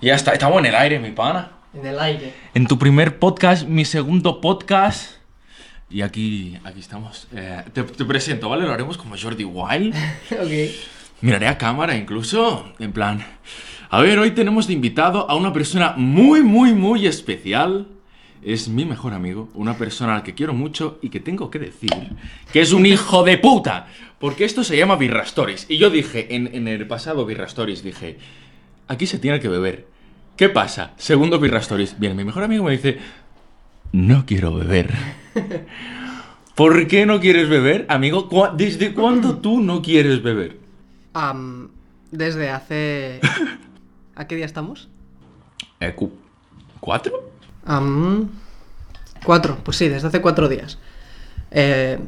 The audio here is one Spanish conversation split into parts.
Ya está, estamos en el aire, mi pana. En el aire. En tu primer podcast, mi segundo podcast. Y aquí, aquí estamos. Eh, te, te presento, ¿vale? Lo haremos como Jordi Wild. ok. Miraré a cámara incluso, en plan... A ver, hoy tenemos de invitado a una persona muy, muy, muy especial. Es mi mejor amigo, una persona a la que quiero mucho y que tengo que decir que es un hijo de puta. Porque esto se llama Birra Stories. Y yo dije, en, en el pasado Birra Stories, dije, aquí se tiene que beber. ¿Qué pasa? Segundo Birra Stories. Bien, mi mejor amigo me dice, no quiero beber. ¿Por qué no quieres beber, amigo? ¿Cu- ¿Desde cuándo tú no quieres beber? Am, desde hace. ¿A qué día estamos? Eh, cu- ¿Cuatro? Am, cuatro, pues sí, desde hace cuatro días. Eh,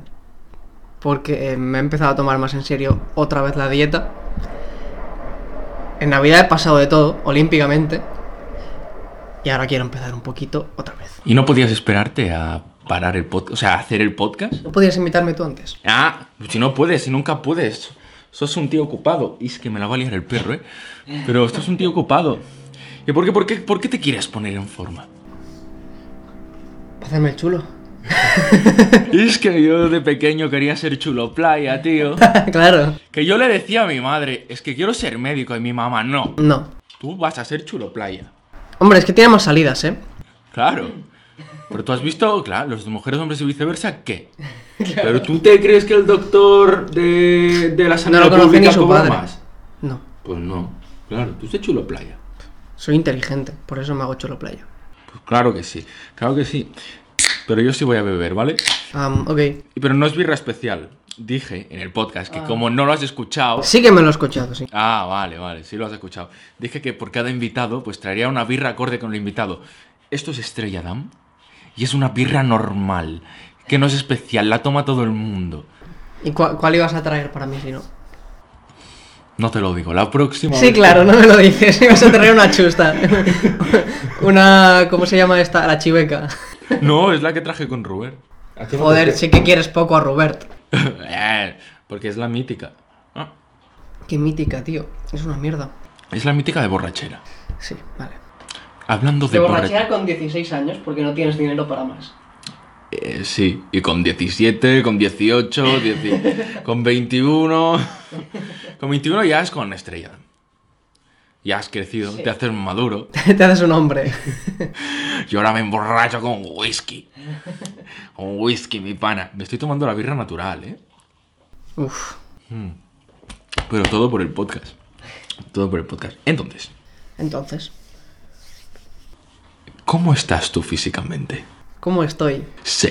porque eh, me he empezado a tomar más en serio otra vez la dieta. En Navidad he pasado de todo, olímpicamente. Y ahora quiero empezar un poquito otra vez. ¿Y no podías esperarte a parar el podcast? O sea, a hacer el podcast. ¿No podías invitarme tú antes? Ah, si no puedes, si nunca puedes. Sos un tío ocupado. Y es que me la va a liar el perro, ¿eh? Pero esto es un tío ocupado. ¿Y por qué, por qué, por qué te quieres poner en forma? Para hacerme el chulo. Es que yo de pequeño quería ser chulo playa, tío. claro. Que yo le decía a mi madre, es que quiero ser médico y mi mamá no. No. Tú vas a ser chulo playa. Hombre, es que tiene más salidas, ¿eh? Claro. Pero tú has visto, claro, los de mujeres, hombres y viceversa, ¿qué? Pero tú te crees que el doctor de, de la No sanidad lo conoce ni pública su cobra padre. más. No. Pues no. Claro, tú estás chulo playa. Soy inteligente, por eso me hago chulo playa. Pues claro que sí, claro que sí. Pero yo sí voy a beber, ¿vale? Am, ok. Y- Pero no es birra especial. Dije en el podcast que Ah. como no lo has escuchado... Sí que me lo he escuchado, sí. Ah, vale, vale, sí lo has escuchado. Dije que por cada invitado, pues traería una birra acorde con el invitado. Esto es Estrella Damm y es una birra normal, que no es especial, la toma todo el mundo. ¿Y cua- cuál ibas a traer para mí si no? No te lo digo, la próxima. Sí, vez- claro, no me lo dices. Ibas a traer una chusta. una. ¿Cómo se llama esta? La chiveca. No, es la que traje con Robert. Joder, sí que quieres poco a Robert. Eh, Porque es la mítica. Ah, Qué mítica, tío. Es una mierda. Es la mítica de borrachera. Sí, vale. Hablando de, borrachera. con 16 años porque no tienes dinero para más. Eh, sí, y con 17, con 18, 10 con 21. Con 21 ya es con estrella. Ya has crecido, te haces maduro. Te haces un hombre. Yo ahora me emborracho con whisky. Con whisky, mi pana. Me estoy tomando la birra natural, ¿eh? Uf. Pero todo por el podcast. Todo por el podcast. Entonces, Entonces, ¿cómo estás tú físicamente? ¿cómo estoy? Sí.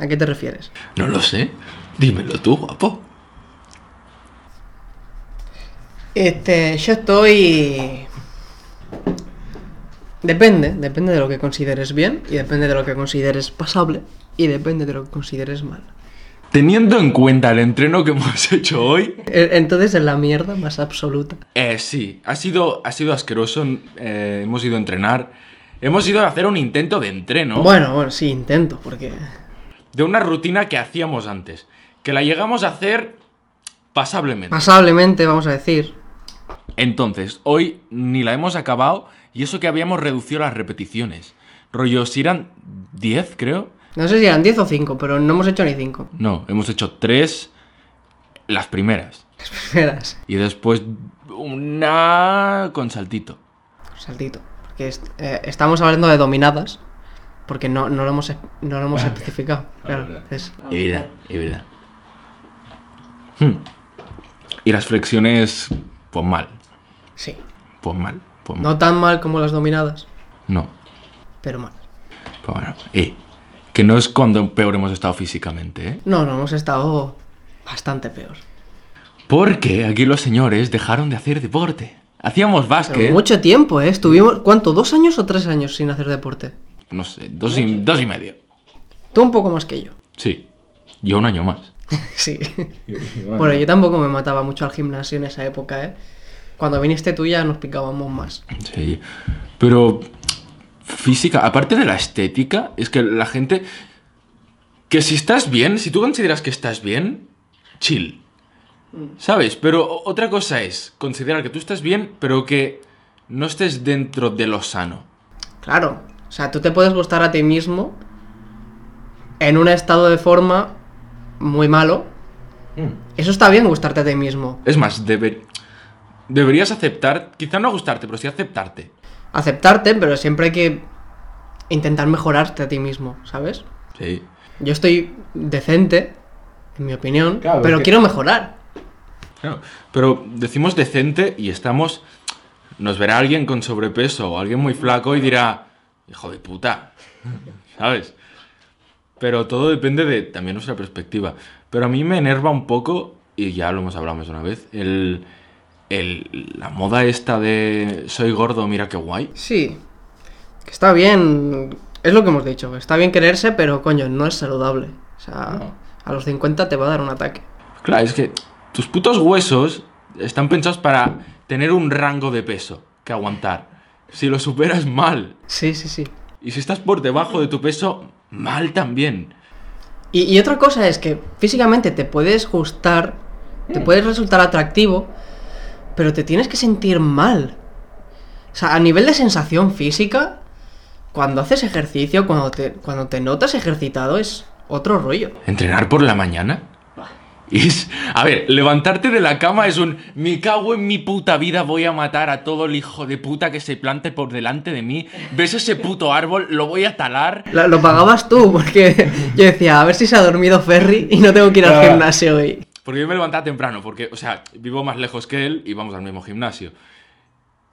¿A qué te refieres? No lo sé. Dímelo tú, guapo. Este, yo estoy. Depende, depende de lo que consideres bien y depende de lo que consideres pasable y depende de lo que consideres mal. Teniendo en cuenta el entreno que hemos hecho hoy, E- Entonces es la mierda más absoluta. eh, sí, ha sido, ha sido asqueroso. eh, hemos ido a entrenar. Hemos ido a hacer un intento de entreno Bueno, bueno, sí, intento, porque. de una rutina que hacíamos antes, que la llegamos a hacer pasablemente. Pasablemente, vamos a decir. Entonces, hoy ni la hemos acabado y eso que habíamos reducido las repeticiones. Rollo, si eran 10, creo. No sé si eran 10 o 5, pero no hemos hecho ni 5. No, hemos hecho 3 las primeras. Las primeras. Y después una con saltito. Saltito. Porque est- eh, estamos hablando de dominadas, porque no, no lo hemos, es- no lo hemos especificado. Claro, es- Y verdad, y verdad. Hmm. Y las flexiones, pues mal, sí. pues mal, pues mal. No tan mal como las dominadas, No, pero mal. pues bueno. Eh, que no es cuando peor hemos estado físicamente, ¿eh? No, no, hemos estado bastante peor. Porque aquí los señores dejaron de hacer deporte. Hacíamos Pero básquet. mucho tiempo, ¿eh? Estuvimos, ¿cuánto? ¿Dos años o tres años sin hacer deporte? No sé, dos y, dos y medio. Tú un poco más que yo. Sí. Yo un año más. sí. bueno, yo tampoco me mataba mucho al gimnasio en esa época, ¿eh? Cuando viniste tú ya nos picábamos más. Sí. Pero física, aparte de la estética, es que la gente... Que si estás bien, si tú consideras que estás bien, chill. ¿Sabes? Pero o- otra cosa es considerar que tú estás bien, pero que no estés dentro de lo sano. Claro, o sea, tú te puedes gustar a ti mismo en un estado de forma muy malo. Eso está bien gustarte a ti mismo. Es más, debe- deberías aceptar, quizá no gustarte, pero sí aceptarte. Aceptarte, pero siempre hay que intentar mejorarte a ti mismo, ¿sabes? Sí. Yo estoy decente, en mi opinión, Claro, es pero que- quiero mejorar. Claro, pero decimos decente y estamos. Nos verá alguien con sobrepeso o alguien muy flaco y dirá, hijo de puta, ¿sabes? Pero todo depende de también nuestra perspectiva. Pero a mí me enerva un poco, y ya lo hemos hablado más de una vez, el, el- la moda esta de soy gordo, mira qué guay. Sí, que está bien, es lo que hemos dicho, que está bien quererse, pero coño, no es saludable. O sea, No. a los 50 te va a dar un ataque. Claro, es que tus putos huesos están pensados para tener un rango de peso que aguantar. Si lo superas mal, Sí, sí, sí. Y si estás por debajo de tu peso, mal también. Y, y otra cosa es que físicamente te puedes gustar, te puedes resultar atractivo, pero te tienes que sentir mal. O sea, a nivel de sensación física, cuando haces ejercicio, cuando te, cuando te notas ejercitado, es otro rollo. ¿Entrenar por la mañana? Es, a ver, levantarte de la cama es un me cago en mi puta vida, voy a matar a todo el hijo de puta que se plante por delante de mí. ¿Ves ese puto árbol? Lo voy a talar. Lo, lo pagabas tú, porque yo decía, a ver si se ha dormido Ferry y no tengo que ir al Ah. gimnasio hoy. Porque yo me levantaba temprano, porque, o sea, vivo más lejos que él y vamos al mismo gimnasio.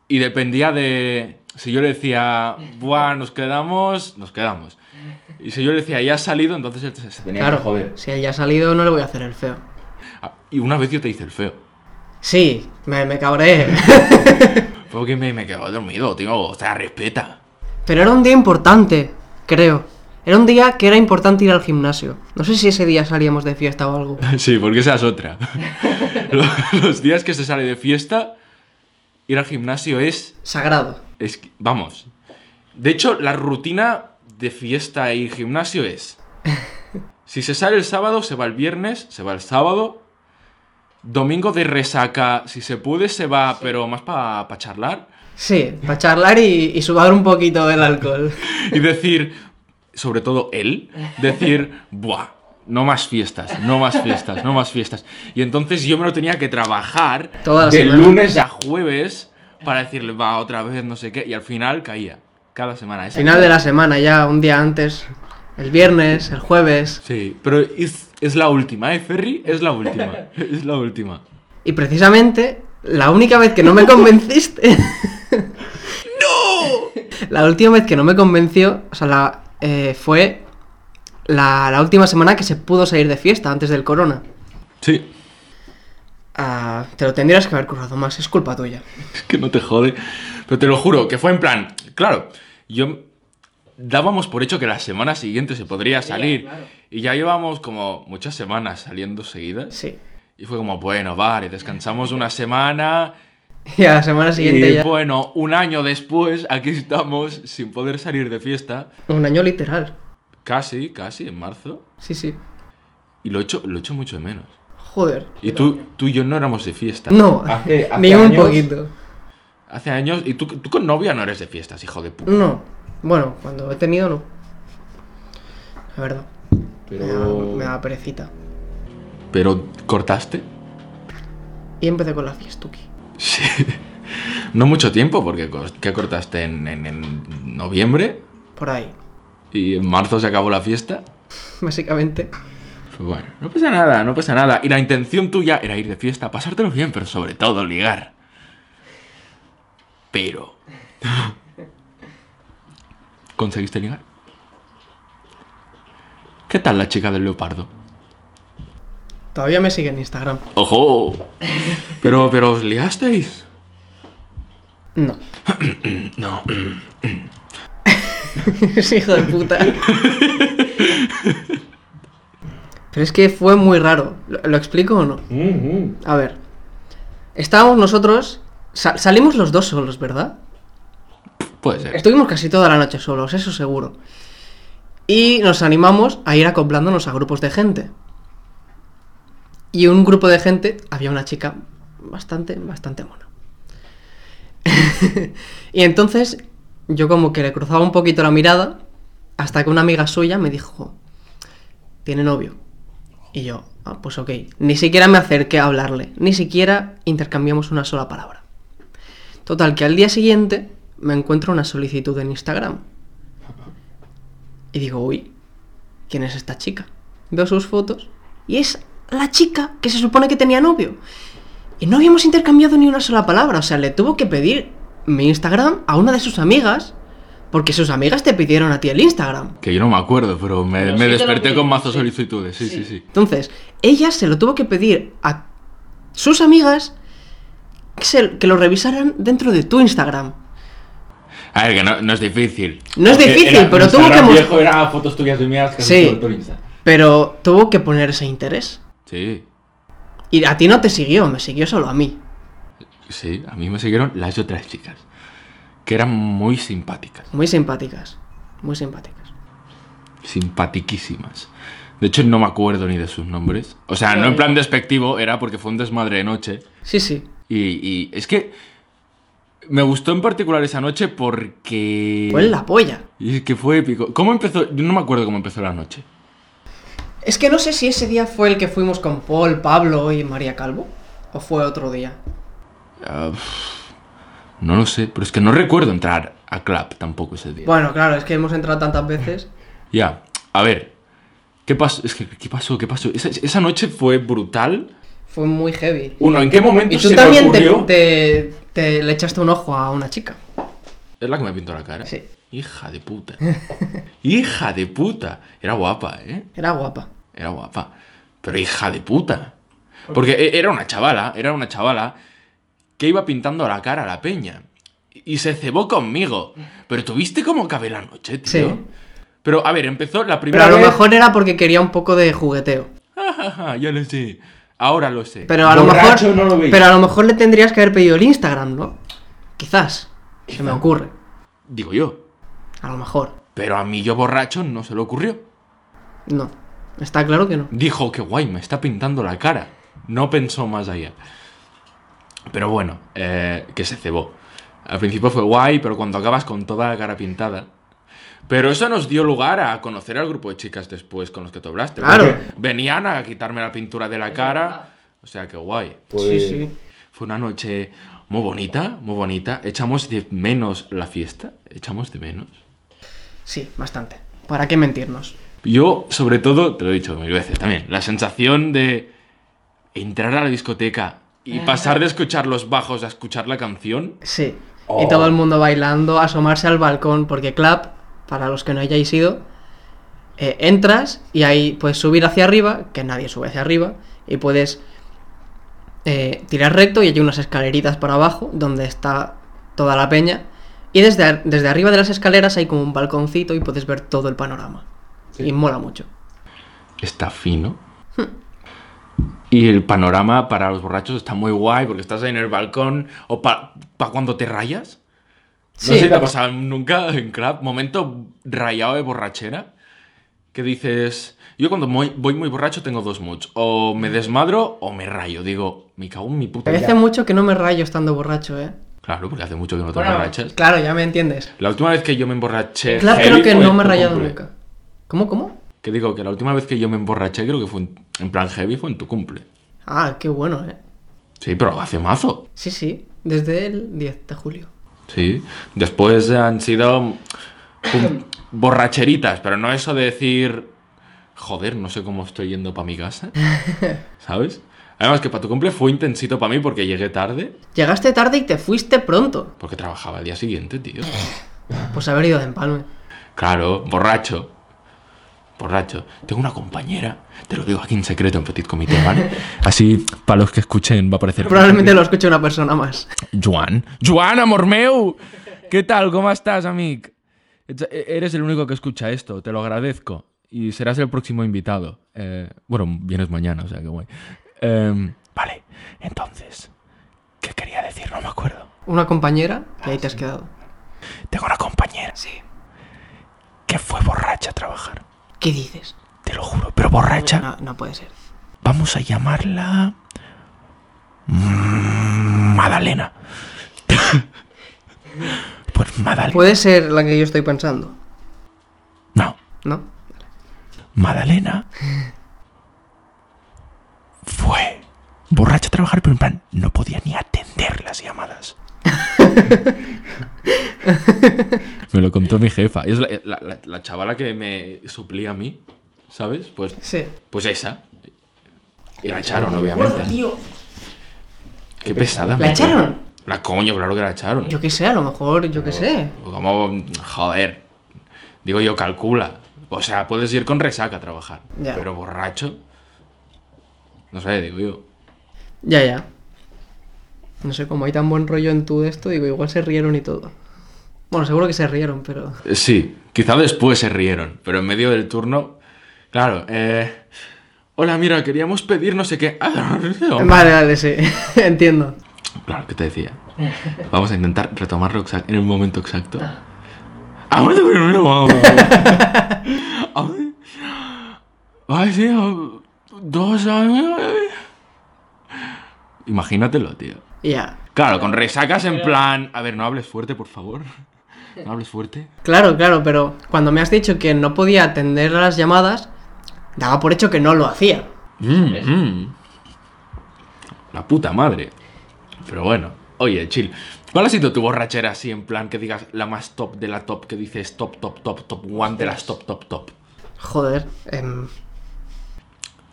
Y dependía de. Si yo le decía, Buah, nos quedamos, nos quedamos. Y si yo le decía, ya has salido, entonces él se se tenía Claro, que joder. si él ya ha salido, no le voy a hacer el feo. Ah, Y una vez yo te hice el feo. Sí, me, me cabré. Porque me, me quedo dormido, tío. O sea, respeta. Pero era un día importante, creo. Era un día que era importante ir al gimnasio. No sé si ese día salíamos de fiesta o algo. Sí, porque esa es otra. Lo- los, días que se sale de fiesta, ir al gimnasio es. Sagrado. es que- vamos. De hecho, la rutina de fiesta y gimnasio es. Si se sale el sábado, se va el viernes, se va el sábado. Domingo de resaca, si se puede, se va, pero más para charlar. Sí, para charlar y, y sudar un poquito del alcohol. Y decir, sobre todo él, decir, buah, no más fiestas, no más fiestas, no más fiestas. Y entonces yo me lo tenía que trabajar Toda la de semana. lunes a jueves para decirle, va, otra vez, no sé qué. Y al final caía, cada semana. Esa- Final de la semana ya, un día antes. El viernes, el jueves. Sí, pero es, es la última, ¿eh, Ferry? Es la última, es la última. Y precisamente, la única vez que no me convenciste. ¡No! La última vez que no me convenció, o sea, la, eh, fue la, la última semana que se pudo salir de fiesta antes del corona. Sí, Ah, te lo tendrías que haber currado más, es culpa tuya. es que no te jode. Pero te lo juro, que fue en plan, claro, yo dábamos por hecho que la semana siguiente se podría salir. Y ya llevamos como muchas semanas saliendo seguidas. Sí. Y fue como, bueno, vale, descansamos una semana. Y a la semana siguiente Y ya. bueno, un año después, aquí estamos sin poder salir de fiesta. Un año literal. Casi, casi, en marzo. Sí, sí. Y lo echo, lo echo mucho de menos. Joder. Y tú, tú y yo no éramos de fiesta. No, Hace- hace ni un años- poquito. Hace años. Y tú, tú con novia no eres de fiestas, hijo de puta. No. Bueno, cuando he tenido, no. La verdad. Me daba- Me daba perecita. Pero cortaste. Y empecé con la fiestuki. Sí. No mucho tiempo, porque cor- ¿qué cortaste en, en- en noviembre Por ahí. y en marzo se acabó la fiesta. Básicamente. Pues bueno, no pasa nada, no pasa nada. Y la intención tuya era ir de fiesta, pasártelo bien, pero sobre todo ligar. Pero... ¿Conseguiste ligar? ¿Qué tal la chica del leopardo? Todavía me sigue en Instagram. ¡Ojo! Pero, pero, ¿os liasteis? No. No. Es hijo de puta. Pero es que fue muy raro. ¿Lo- lo explico o no? A ver. Estábamos nosotros. sa- salimos los dos solos, ¿verdad? Puede ser. Estuvimos casi toda la noche solos, eso seguro. Y nos animamos a ir acoplándonos a grupos de gente. Y un grupo de gente había una chica bastante, bastante mona. y entonces yo como que le cruzaba un poquito la mirada hasta que una amiga suya me dijo, tiene novio. Y yo, "Ah, pues ok, ni siquiera me acerqué a hablarle, ni siquiera intercambiamos una sola palabra. Total, que al día siguiente me encuentro una solicitud en Instagram. Y digo, uy, ¿quién es esta chica? Veo sus fotos y es la chica que se supone que tenía novio. Y no habíamos intercambiado ni una sola palabra. O sea, le tuvo que pedir mi Instagram a una de sus amigas porque sus amigas te pidieron a ti el Instagram. Que yo no me acuerdo, pero me, me Pero sí te lo desperté pidieron, con mazo sí. solicitudes. Sí, sí, sí. Entonces, ella se lo tuvo que pedir a sus amigas que, se- que lo revisaran dentro de tu Instagram. A ver, que no, no es difícil. No es Porque difícil, era- pero mi tuvo que Instagram mos- viejo era fotos tuyas y mías que has Sí. subido a tu Insta. Pero tuvo que poner ese interés. Sí, Y a ti no te siguió, me siguió solo a mí. sí. A mí me siguieron las otras chicas. Que eran muy simpáticas. Muy simpáticas. Muy simpáticas. Simpatiquísimas. De hecho, no me acuerdo ni de sus nombres. O sea, no en plan despectivo, era porque fue un desmadre de noche. Sí, sí. Y, y es que me gustó en particular esa noche porque... Fue en la polla. Y es que fue épico. ¿Cómo empezó? Yo no me acuerdo cómo empezó la noche. Es que no sé si ese día fue el que fuimos con Paul, Pablo y María Calvo. O fue otro día. Ah, pf, no lo sé, pero es que no recuerdo entrar a Clap tampoco ese día. Bueno, claro, es que hemos entrado tantas veces. Ya, a ver. ¿Qué pasó? Es que, ¿qué pasó? ¿Qué pasó? Esa, esa noche fue brutal. Fue muy heavy. Uno, ¿en qué momento Y tú se te también te, ocurrió? te- te le echaste un ojo a una chica. Es la que me pintó la cara. Sí. Hija de puta. hija de puta. Era guapa, ¿eh? Era guapa. Era guapa. Pero hija de puta. Porque e- era una chavala, era una chavala que iba pintando la cara a la peña. Y y se cebó conmigo. Pero tuviste como acabé la noche, tío. Sí. Pero a ver, empezó la Pero primera a lo vez- mejor era porque quería un poco de jugueteo. Ajaja, ya lo sé. Ahora lo sé. Pero a lo Borracho mejor. no lo veis. pero a lo mejor le tendrías que haber pedido el Instagram, ¿no? Quizás. Se me ocurre. Digo yo. A lo mejor. Pero a mí yo borracho no se le ocurrió. No. Está claro que no. Dijo que guay, me está pintando la cara. No pensó más allá. Pero bueno, eh, que se cebó. Al principio fue guay, pero cuando acabas con toda la cara pintada. Pero eso nos dio lugar a conocer al grupo de chicas después con los que tú hablaste. Claro. porque Venían a quitarme la pintura de la cara. O sea que guay. Sí, sí. Fue una noche muy bonita, muy bonita. Echamos de menos la fiesta. Echamos de menos. Sí, bastante. ¿Para qué mentirnos? Yo, sobre todo, te lo he dicho mil veces también, la sensación de entrar a la discoteca y pasar de escuchar los bajos a escuchar la canción. Sí. Y Oh. todo el mundo bailando, asomarse al balcón, porque clap, para los que no hayáis ido, eh, entras y ahí puedes subir hacia arriba, que nadie sube hacia arriba, y puedes eh, tirar recto y hay unas escaleritas para abajo donde está toda la peña. Y desde, ar- desde arriba de las escaleras hay como un balconcito y puedes ver todo el panorama. Y mola mucho. Está fino. Y el panorama para los borrachos está muy guay porque estás ahí en el balcón o para cuando te rayas. No sé si te ha pasado nunca en club, momento rayado de borrachera, que dices, yo cuando muy- voy muy borracho tengo dos moods, o me desmadro o me rayo, digo, me cago en mi puta. Parece mucho que no me rayo estando borracho, ¿eh? Claro, porque hace mucho que no te Bueno, emborrachas. Claro, ya me entiendes. La última vez que yo me emborraché. Clap heavy creo que fue no me he en tu rayado cumple. nunca. ¿Cómo, cómo? Que digo que la última vez que yo me emborraché, creo que fue en, en plan heavy, fue en tu cumple. Ah, qué bueno, ¿eh? Sí, pero hace mazo. Sí, sí, desde el 10 de julio. Sí. Después han sido pum, borracheritas, pero no eso de decir, joder, no sé cómo estoy yendo para mi casa. ¿Sabes? Además que para tu cumple fue intensito para mí porque llegué tarde, Llegaste tarde y te fuiste pronto. porque trabajaba al día siguiente, tío. Pues haber ido de empalme. Claro, borracho. Borracho. Tengo una compañera, te lo digo aquí en secreto, en Petit Comité, ¿vale? Así, para los que escuchen, va a parecer... Probablemente lo escuche una persona más. Joan. Joan, amor meu! ¿Qué tal? ¿Cómo estás, amic? Ets- e- Eres el único que escucha esto, te lo agradezco. Y serás el próximo invitado. Eh, bueno, vienes mañana, o sea que guay. Em, vale, entonces, ¿qué quería decir? No me acuerdo. Una compañera y ahí te has quedado. Tengo una compañera Sí. que fue borracha a trabajar. ¿Qué dices? Te lo juro, pero borracha. No, no puede ser. Vamos a llamarla. mm, Madalena. Pues Madalena. Puede ser la que yo estoy pensando, No. ¿no? Madalena fue borracha a trabajar, pero en plan, no podía ni atender las llamadas. me lo contó mi jefa. Es la, la- la- la chavala que me suplía a mí, ¿sabes? Pues, Sí. pues esa. Y la echaron, obviamente. tío. Qué pesada. ¿La me acuerdo. echaron? La coño, claro que la echaron. Yo qué sé, a lo mejor, yo qué sé. Como, joder. Digo yo, calcula. O sea, puedes ir con resaca a trabajar. Ya. Pero borracho. No sé, digo yo. Ya, ya. No sé, como hay tan buen rollo en tú de esto, digo, igual se rieron y todo. Bueno, seguro que se rieron, pero. Eh, Sí, quizá después se rieron, pero en medio del turno. Claro, eh. Hola, mira, queríamos pedir no sé qué. Ah, Vale, vale, sí. Entiendo. Claro, ¿qué te decía? Vamos a intentar retomarlo exa- en un momento exacto. Ah, bueno, pero no, vamos, vamos. A ver. Ay, sí, a- dos años. Imagínatelo, tío. Ya. Claro, con resacas en plan. A ver, no hables fuerte, por favor. No hables fuerte. Claro, claro, pero cuando me has dicho que no podía atender a las llamadas, daba por hecho que no lo hacía. Mm, mm. La puta madre. Pero bueno, oye, chill. ¿Cuál ha sido tu borrachera así en plan que digas la más top de la top, que dices top, top, top, top one de las top, top, top? Joder. em,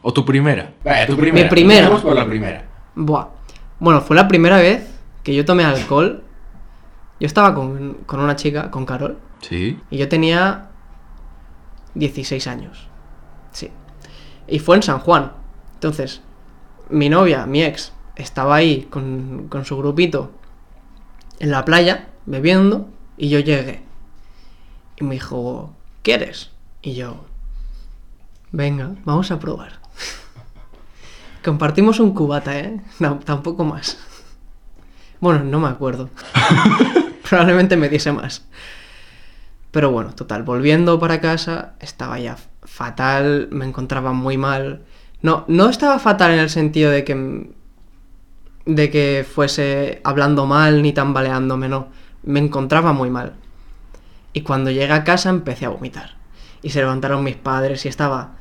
¿O tu primera? Vaya, Eh, tu primera. Mi primera. Empecemos por la primera. buah. Bueno, fue la primera vez que yo tomé alcohol. Yo estaba con, con una chica, con Carol, Sí. y yo tenía 16 años. Sí. Y fue en San Juan. Entonces, mi novia, mi ex, estaba ahí con, con su grupito en la playa, bebiendo, y yo llegué. Y me dijo, ¿quieres? Y yo, venga, vamos a probar. Compartimos un cubata, ¿eh? No, tampoco más. Bueno, no me acuerdo. Probablemente me diese más. Pero bueno, total, volviendo para casa, estaba ya fatal, me encontraba muy mal. No, no estaba fatal en el sentido de que m- de que fuese hablando mal ni tambaleándome, no. Me encontraba muy mal. Y cuando llegué a casa empecé a vomitar. Y se levantaron mis padres y estaba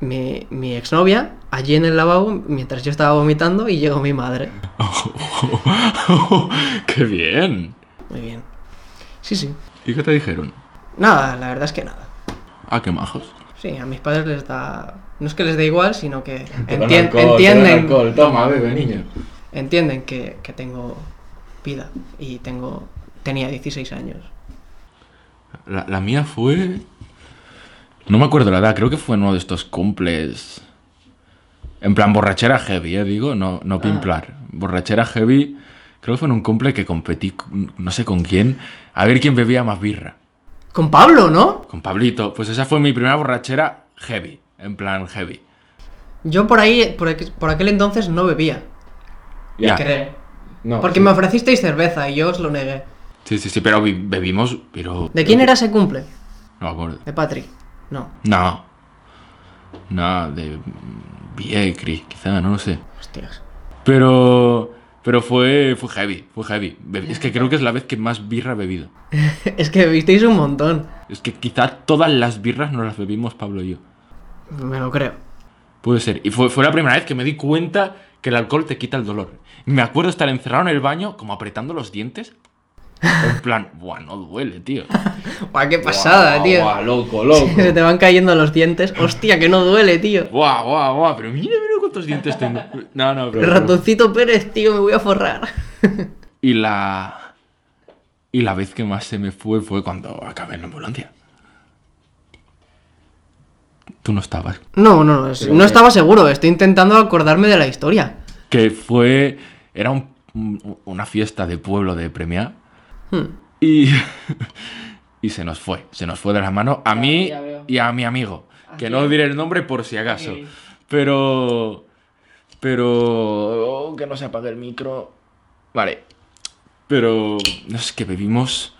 mi, mi exnovia allí en el lavabo mientras yo estaba vomitando y llegó mi madre. ¡Qué bien! Muy bien. Sí, sí. ¿Y qué te dijeron? Nada, la verdad es que nada. Ah, qué majos. Sí, a mis padres les da... No es que les dé igual, sino que Te dan entien- alcohol, te dan entienden, alcohol. Toma, bebe, niño. entienden que, que tengo vida y tengo tenía 16 años. La, la mía fue. No me acuerdo la edad, creo que fue en uno de estos cumples. En plan, borrachera heavy, eh, digo, no, Ah. no pimplar. Borrachera heavy, creo que fue en un cumple que competí, con- no sé con quién, a ver quién bebía más birra. Con Pablo, ¿no? Con Pablito, pues esa fue mi primera borrachera heavy, en plan heavy. Yo por ahí, por, aqu- por aquel entonces no bebía. Ya. creo. No, Porque sí. me ofrecisteis cerveza y yo os lo negué. Sí, sí, sí, pero vi- bebimos, pero. ¿De quién era ese cumple? No me acuerdo. De Patrick. No. No. No, de. Viecri, quizá, no lo sé. Hostias. Pero. Pero fue. fue heavy, fue heavy. Be- Es que creo que es la vez que más birra he bebido. es que bebisteis un montón. Es que quizá todas las birras no las bebimos Pablo y yo. Me lo creo. Puede ser. Y fue, fue la primera vez que me di cuenta que el alcohol te quita el dolor. Y me acuerdo estar encerrado en el baño, como apretando los dientes. En plan, buah, no duele, tío. Guau, qué pasada, Guau, tío. guau, loco, loco. Se te van cayendo los dientes. Hostia, que no duele, tío. Guau, guau, guau. Pero mira, mira cuántos dientes tengo. No, no, pero. Ratoncito Pérez, tío, me voy a forrar. Y la. Y la vez que más se me fue fue cuando acabé en la ambulancia. Tú no estabas. No, no, no, es- no estaba seguro. Estoy intentando acordarme de la historia. Que fue. Era un- un- una fiesta de pueblo de Premia. Hmm. Y. Y se nos fue. Se nos fue de las manos a mí ya veo. y a mi amigo. Que no diré el nombre por si acaso. Pero. Pero. oh, que no se apague el micro. Vale. Pero. No sé, que bebimos.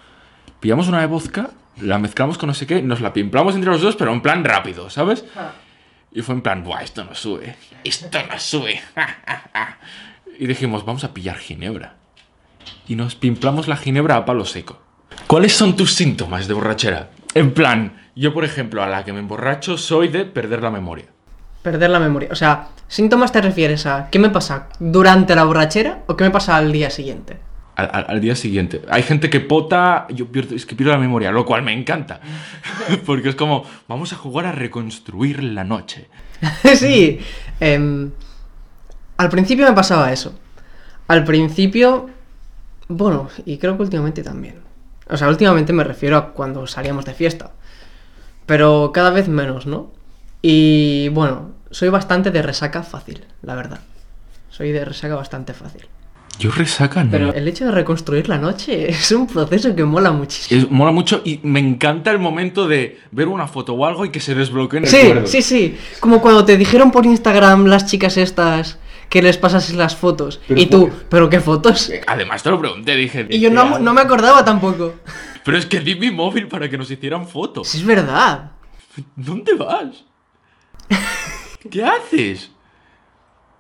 Pillamos una de vodka, la mezclamos con no sé qué, nos la pimplamos entre los dos, pero en plan rápido, ¿sabes? Y fue en plan, ¡buah, esto no sube! ¡Esto no sube! y dijimos, vamos a pillar Ginebra. y nos pimplamos la ginebra a palo seco. ¿Cuáles son tus síntomas de borrachera? En plan, yo por ejemplo, a la que me emborracho soy de perder la memoria. Perder la memoria. O sea, ¿síntomas te refieres a qué me pasa durante la borrachera o qué me pasa al día siguiente? Al, al- al día siguiente. Hay gente que pota, yo pierdo, es que pierdo la memoria, lo cual me encanta. Porque es como, vamos a jugar a reconstruir la noche. sí. em, al principio me pasaba eso. Al principio. Bueno, y creo que últimamente también. O sea, últimamente me refiero a cuando salíamos de fiesta. Pero cada vez menos, ¿no? Y bueno, soy bastante de resaca fácil, la verdad. Soy de resaca bastante fácil. Yo resaca no. Pero el hecho de reconstruir la noche es un proceso que mola muchísimo. Es- mola mucho y me encanta el momento de ver una foto o algo y que se desbloqueen Sí, recuerdos. sí, sí. Como cuando te dijeron por Instagram las chicas estas que les pasas las fotos. Pero y tú, por- ¿pero qué fotos? Además te lo pregunté, dije. Y yo no, no me acordaba tampoco. Pero es que di mi móvil para que nos hicieran fotos. Sí, es verdad. ¿Dónde vas? ¿Qué haces?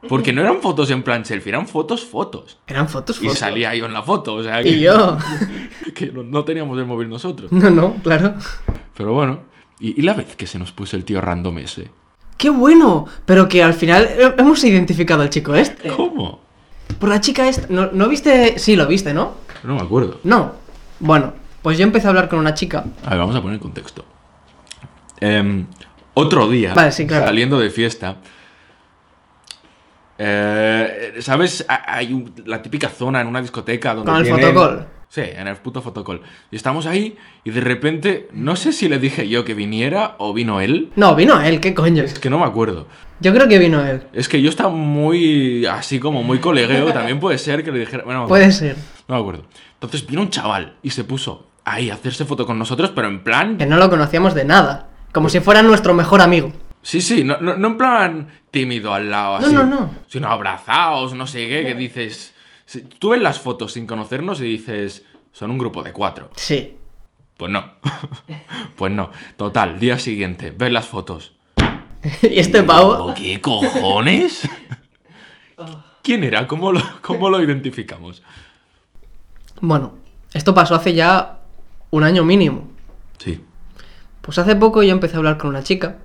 Porque no eran fotos en plan selfie, eran fotos, fotos. Eran fotos, Y fotos. salía yo en la foto, o sea que, Y yo. que no, no teníamos el móvil nosotros. No, no, claro. Pero bueno, y, y la vez que se nos puso el tío random ese. ¡Qué bueno! Pero que al final eh, hemos identificado al chico este. ¿Cómo? Por la chica esta. ¿No, no viste? Sí, lo viste, ¿no? No me acuerdo. No. Bueno, pues yo empecé a hablar con una chica. A ver, vamos a poner contexto. Em, otro día, Vale, sí, claro. saliendo de fiesta, eh, ¿sabes? Ha- Hay un- la típica zona en una discoteca donde. Con el tienen- fotocall. Sí, en el puto fotocall. Y estamos ahí y de repente, no sé si le dije yo que viniera o vino él. No, vino él, qué coño. Es que no me acuerdo. Yo creo que vino él. Es que yo estaba muy así como muy colegueo. También puede ser que le dijera. Bueno, no me acuerdo. Puede ser. No me acuerdo. Entonces vino un chaval y se puso ahí a hacerse foto con nosotros, pero en plan Que no lo conocíamos de nada. Como si fuera nuestro mejor amigo. Sí, sí, no, no, no en plan tímido al lado, No, así. no, no. Sino abrazaos, no sé qué, que dices. si- Tú ves las fotos sin conocernos y dices, son un grupo de cuatro. Sí. Pues no. pues no. Total, día siguiente, ves las fotos. y este Digo, pavo. ¿Qué cojones? ¿Quién era? ¿Cómo lo, cómo lo identificamos? Bueno, esto pasó hace ya un año mínimo. Sí. Pues hace poco yo empecé a hablar con una chica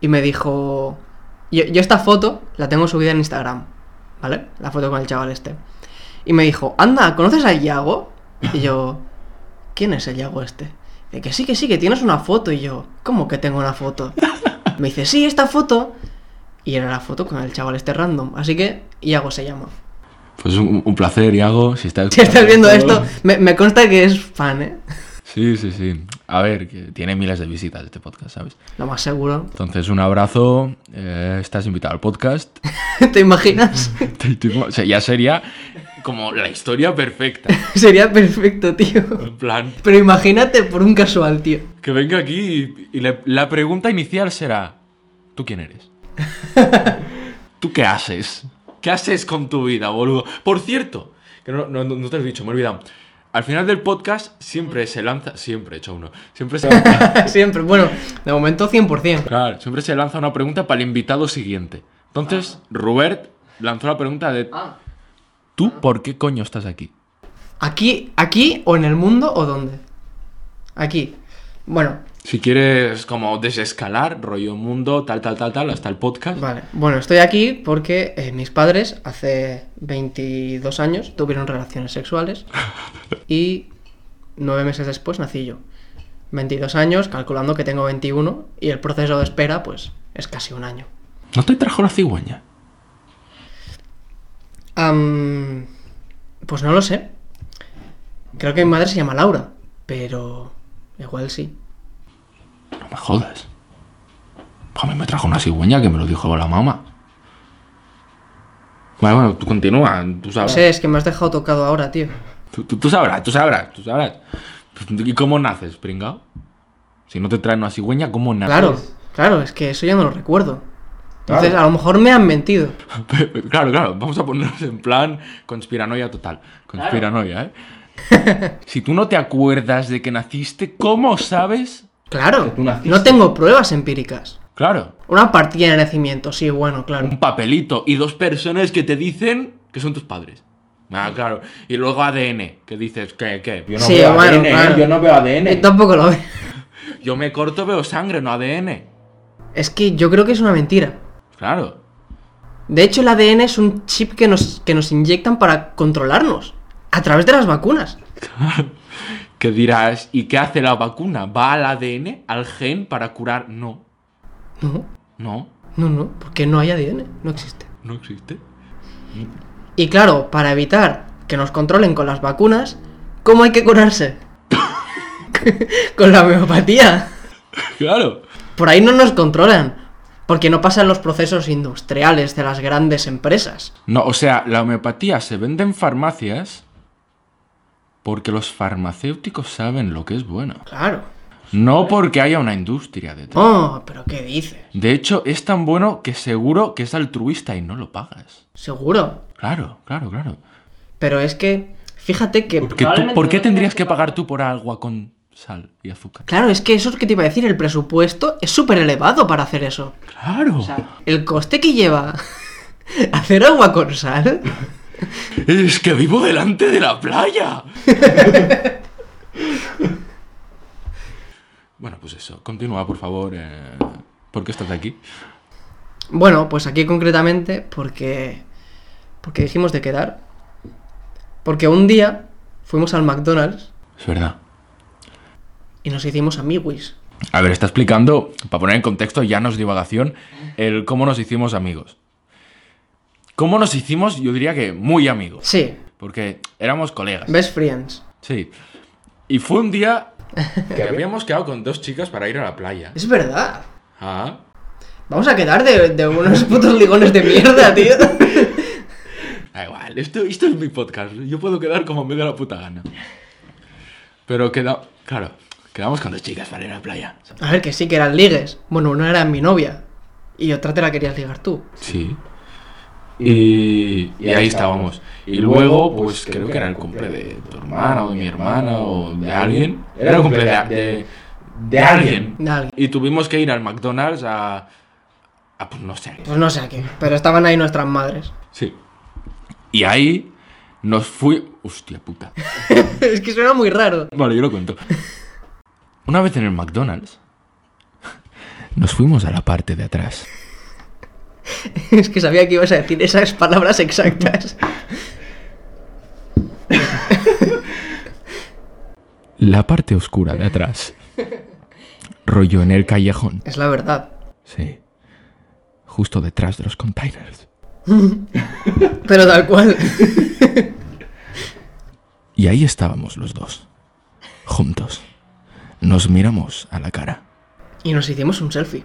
y me dijo... Yo, yo esta foto la tengo subida en Instagram, ¿vale? La foto con el chaval este. Y me dijo, anda, ¿conoces a Yago? Y yo, ¿quién es el Yago este? Dice, que sí, que sí, que tienes una foto. Y yo, ¿cómo que tengo una foto? Me dice, sí, esta foto. Y era la foto con el chaval este random. Así que Yago se llama. Pues un, un placer, Iago, si estás... Si estás viendo esto, me, me consta que es fan, ¿eh? Sí, sí, sí. A ver, que tiene miles de visitas este podcast, ¿sabes? Lo más seguro. Entonces, un abrazo. eh, estás invitado al podcast. ¿Te imaginas? O sea, ya sería como la historia perfecta. Sería perfecto, tío. En plan, Pero imagínate por un casual, tío. que venga aquí y, y le- la pregunta inicial será: ¿Tú quién eres? ¿Tú qué haces? ¿Qué haces con tu vida, boludo? Por cierto, que no, no- no te lo he dicho, me he olvidado. Al final del podcast siempre se lanza. Siempre he hecho uno. Siempre se lanza. Siempre, bueno, de momento 100%. Claro, siempre se lanza una pregunta para el invitado siguiente. Entonces, Robert lanzó la pregunta de: ¿Tú por qué coño estás aquí? Aquí, aquí o en el mundo o dónde? Aquí. Bueno, Si quieres como desescalar, rollo mundo, tal, tal, tal, tal, hasta el podcast. vale. Bueno, estoy aquí porque eh, mis padres hace 22 años tuvieron relaciones sexuales y nueve meses después nací yo. 22 años, calculando que tengo 21 y el proceso de espera pues es casi un año. ¿No te trajo la cigüeña? Am, pues no lo sé. Creo que mi madre se llama Laura, pero igual sí. No me jodas. A mí me trajo una cigüeña que me lo dijo la mamá. Bueno, bueno, tú continúa, tú No sabrás. sé, es que me has dejado tocado ahora, tío. Tú, tú- tú sabrás, tú sabrás, tú sabrás. ¿Y cómo naces, pringao? Si no te traen una cigüeña, ¿cómo naces? Claro, claro, es que eso ya no lo recuerdo. Entonces, a lo mejor me han mentido. Claro, claro, vamos a ponernos en plan conspiranoia total. Conspiranoia, ¿eh? si tú no te acuerdas de que naciste, ¿cómo sabes? Claro, tú naciste. no tengo pruebas empíricas. Claro, Una partida de nacimiento, sí, bueno, claro. un papelito y dos personas que te dicen que son tus padres. Ah, claro. Y luego ADN, que dices, ¿qué? qué? Yo no Sí, veo bueno, ADN, ¿eh? claro. yo no veo ADN. Yo tampoco lo veo. Yo me corto, veo sangre, no ADN. Es que yo creo que es una mentira. Claro. De hecho, el ADN es un chip que nos, que nos inyectan para controlarnos a través de las vacunas. ¿Qué dirás? ¿Y qué hace la vacuna? ¿Va al ADN, al gen, para curar? No. No, No, no, no, porque no hay ADN, no existe. no existe. Y claro, para evitar que nos controlen con las vacunas, ¿cómo hay que curarse? con la homeopatía. Claro. Por ahí no nos controlan, porque no pasan los procesos industriales de las grandes empresas. No, o sea, la homeopatía se vende en farmacias porque los farmacéuticos saben lo que es bueno. Claro. No porque haya una industria detrás. Oh, pero ¿qué dices? De hecho, es tan bueno que seguro que es altruista y no lo pagas. Seguro. Claro, claro, claro. Pero es que, fíjate que... Porque tú- ¿Por qué tendrías que pagar tú por agua con sal y azúcar? Claro, es que eso es que te iba a decir, el presupuesto es súper elevado para hacer eso. Claro. O sea, el coste que lleva hacer agua con sal... Es que vivo delante de la playa. bueno, pues eso. Continúa, por favor. eh, ¿Por qué estás aquí? Bueno, pues aquí concretamente porque porque dijimos de quedar. Porque un día fuimos al McDonald's Es verdad. y nos hicimos amiguis. A ver, está explicando, para poner en contexto, ya no es divagación, el cómo nos hicimos amigos. ¿Cómo nos hicimos? Yo diría que muy amigos. Sí, Porque éramos colegas. best friends. Sí. Y fue un día que había- habíamos quedado con dos chicas para ir a la playa. Es verdad. Ah. Vamos a quedar de, de unos putos ligones de mierda, tío. Da igual, esto, esto es mi podcast. Yo puedo quedar como me dé la puta gana. Pero queda. Claro, quedamos con dos chicas para ir a la playa. A ver, que sí que eran ligues. Bueno, una era mi novia y otra te la querías ligar tú. Sí. Y, y ahí estábamos. Y luego, pues creo que era el cumple de tu hermana o de mi hermana o de alguien. Era el cumple de, de, de alguien. De alguien. Y tuvimos que ir al McDonald's a. a pues no sé. Pues no sé a qué, pero estaban ahí nuestras madres. Sí. Y ahí nos fui. Hostia puta. es que suena muy raro. Vale, yo lo cuento. Una vez en el McDonald's, nos fuimos a la parte de atrás. es que sabía que ibas a decir esas palabras exactas. La parte oscura de atrás. Rollo en el callejón. Es la verdad. Sí. Justo detrás de los containers. Pero tal cual. Y ahí estábamos los dos. Juntos. Nos miramos a la cara. Y nos hicimos un selfie.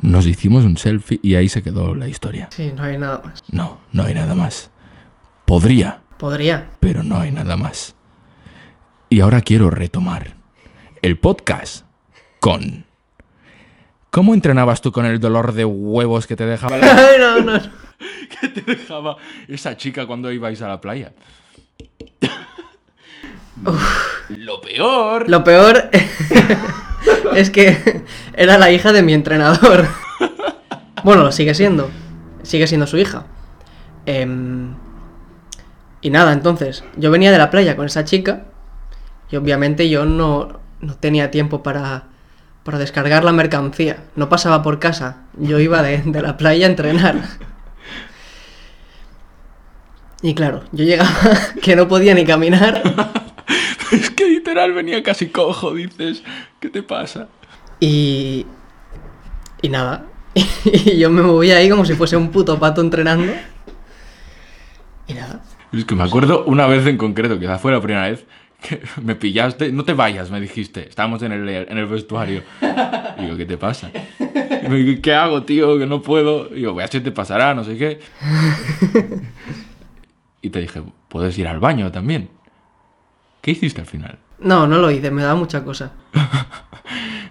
Nos hicimos un selfie y ahí se quedó la historia. Sí, no hay nada más. No, no hay nada más. Podría, Podría. pero no hay nada más. Y ahora quiero retomar el podcast con... ¿Cómo entrenabas tú con el dolor de huevos que te dejaba, la- Ay, no, no, no. que te dejaba esa chica cuando ibais a la playa? Lo peor... Lo peor es que era la hija de mi entrenador. Bueno, lo sigue siendo. Sigue siendo su hija. Em, y nada, entonces, yo venía de la playa con esa chica. Y obviamente yo no, no tenía tiempo para, para descargar la mercancía. No pasaba por casa. Yo iba de, de la playa a entrenar. Y claro, yo llegaba que no podía ni caminar. Es que literal venía casi cojo, dices. ¿Qué te pasa? Y. Y nada. Y yo me movía ahí como si fuese un puto pato entrenando. Y nada. Es que me acuerdo una vez en concreto, quizás fue la primera vez, que me pillaste, no te vayas, me dijiste, estábamos en el, en el vestuario. Digo, ¿qué te pasa? Y me dijo, ¿qué hago, tío? Que no puedo. Digo, voy a ver si te pasará, no sé qué. Y te dije, puedes ir al baño también. ¿Qué hiciste al final? No, no lo hice, me daba mucha cosa.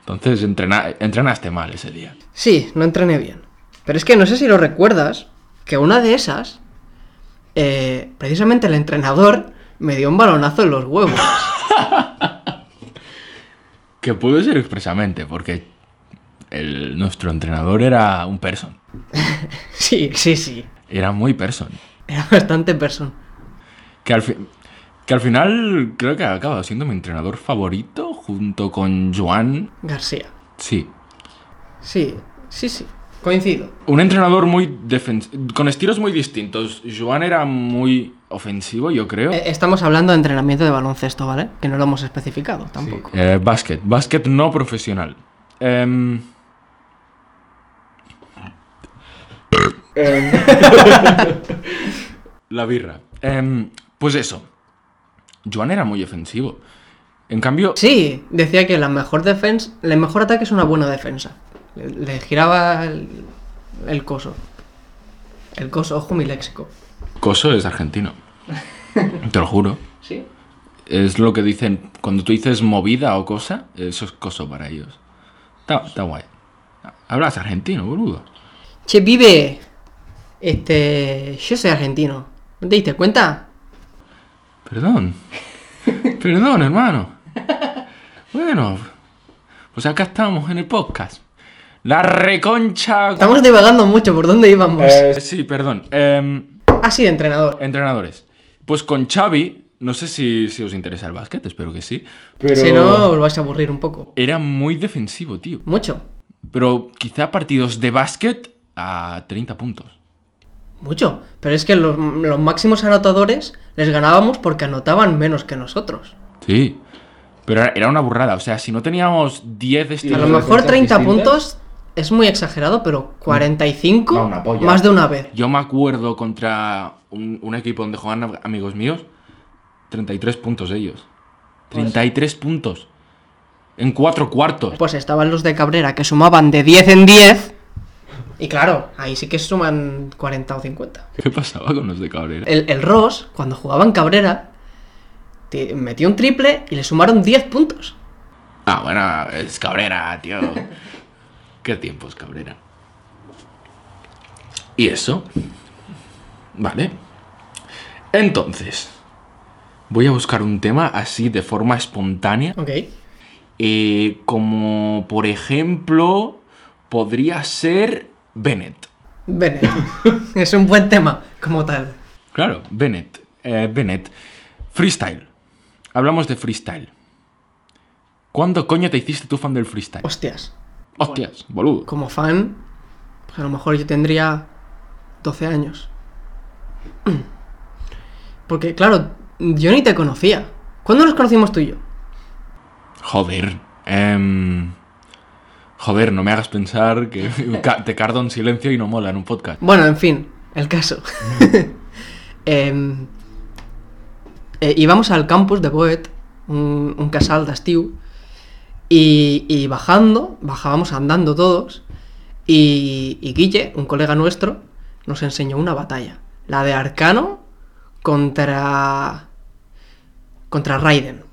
Entonces entrena- entrenaste mal ese día. Sí, no entrené bien. Pero es que no sé si lo recuerdas, que una de esas, eh, precisamente el entrenador me dio un balonazo en los huevos. Que pudo ser expresamente, porque el, nuestro entrenador era un person. Sí, sí, sí. Era muy person. Era bastante persona. Que al, fi- que al final creo que ha acabado siendo mi entrenador favorito junto con Joan. García. Sí. Sí, sí, sí. Coincido. Un entrenador muy defen- con estilos muy distintos. Joan era muy ofensivo, yo creo. Eh, Estamos hablando de entrenamiento de baloncesto, ¿vale? Que no lo hemos especificado tampoco. Eh, básquet, básquet no profesional. Em, La birra. Em, pues eso. Joan era muy ofensivo. En cambio, Sí, decía que la mejor defensa, el mejor ataque es una buena defensa. Le, le giraba el, el coso. El coso, ojo mi léxico. Coso es argentino. Te lo juro. Sí. Es lo que dicen. Cuando tú dices movida o cosa, eso es coso para ellos. Está, está guay. Hablas argentino, boludo. Che, vive. Este, yo soy argentino. ¿No te diste cuenta? Perdón. Perdón, hermano. Bueno, pues acá estamos en el podcast. La reconcha. Estamos divagando mucho por dónde íbamos. Eh, sí, perdón. Em, Ah, sí, de entrenador. entrenadores. Pues con Xavi, no sé si, si os interesa el básquet, espero que sí. Si no, os vais a aburrir un poco. Era muy defensivo, tío. Mucho. Pero quizá partidos de básquet a 30 puntos. Mucho. Pero es que los, los máximos anotadores les ganábamos porque anotaban menos que nosotros. Sí. Pero era- era una burrada. O sea, si no teníamos 10 A estilos. lo las mejor defensas 30 distintas? puntos es muy exagerado, pero 45 Va una polla. más de una vez. Yo me acuerdo contra un, un equipo donde jugaban am- amigos míos, 33 puntos ellos. 33 puntos. En cuatro cuartos. Pues estaban los de Cabrera que sumaban de 10 en 10. Y claro, ahí sí que suman 40 o 50. ¿Qué pasaba con los de Cabrera? El, el Ross, cuando jugaba en Cabrera, te- metió un triple y le sumaron 10 puntos. Ah, bueno, es Cabrera, tío. Qué tiempos, Cabrera. Y eso. Vale. Entonces, voy a buscar un tema así de forma espontánea. Ok. Eh, como por ejemplo, podría ser Bennett. Bennett. es un buen tema, como tal. Claro, Bennett. Eh, Bennett. Freestyle. Hablamos de freestyle. ¿Cuándo coño te hiciste tú fan del freestyle? Hostias. Hostias, boludo. Como fan, pues a lo mejor yo tendría 12 años. Porque, claro, yo ni te conocía. ¿Cuándo nos conocimos tú y yo? Joder. em, joder, no me hagas pensar que ca- te cardo en silencio y no mola en un podcast. Bueno, en fin, el caso. Em, eh, íbamos al campus de Boet, un, un casal de Estiu, y, y bajando, bajábamos andando todos, y, y Guille, un colega nuestro, nos enseñó una batalla. La de Arcano contra. contra Raiden.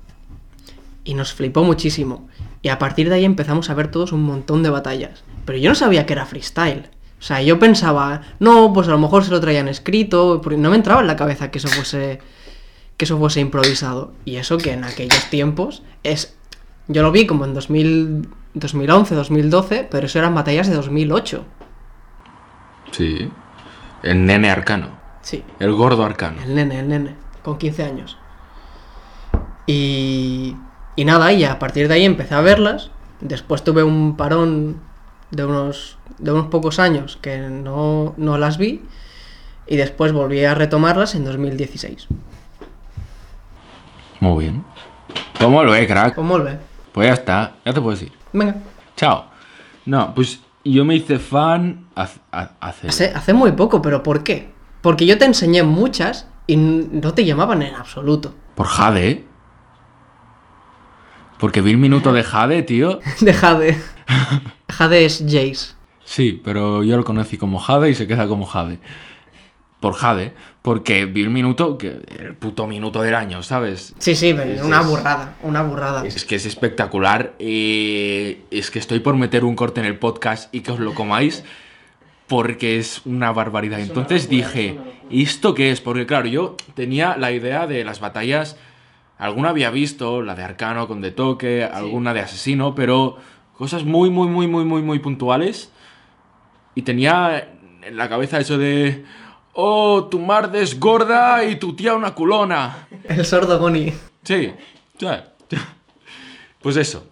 Y nos flipó muchísimo. Y a partir de ahí empezamos a ver todos un montón de batallas. Pero yo no sabía que era freestyle. O sea, yo pensaba, no, pues a lo mejor se lo traían escrito, porque no me entraba en la cabeza que eso fuese que eso fuese improvisado. Y eso que en aquellos tiempos es yo lo vi como en 2000, 2011, 2012, pero eso eran batallas de 2008. Sí. El nene arcano. Sí. El gordo arcano. El nene, el nene, con 15 años. Y, y nada, y a partir de ahí empecé a verlas. Después tuve un parón de unos, de unos pocos años que no, no las vi. Y después volví a retomarlas en 2016. Muy bien. ¿Cómo lo es, crack? Pues molt bé. Pues ya está, ya te puedes ir. Venga. Chao. No, pues yo me hice fan hace. ha- hace- Hace, hace muy poco, pero ¿por qué? Porque yo te enseñé muchas y n- no te llamaban en absoluto. Por Jade. Porque vi un minuto de Jade, tío. De Jade. Jade es Jace. Sí, pero yo lo conocí como Jade y se queda como Jade. Por Jade. Porque vi un minuto, que el puto minuto del año, ¿sabes? Sí, sí, pero una burrada, una burrada. Es que es espectacular. eh, es que estoy por meter un corte en el podcast y que os lo comáis porque es una barbaridad. Entonces dije, ¿esto qué es? Porque claro, yo tenía la idea de las batallas, alguna había visto, la de Arcano con De Toque, alguna de Asesino, pero cosas muy, muy, muy, muy, muy, muy puntuales. Y tenía en la cabeza eso de... Oh, tu madre es gorda y tu tía una culona. El sordo Goni. Sí, sí. Pues eso.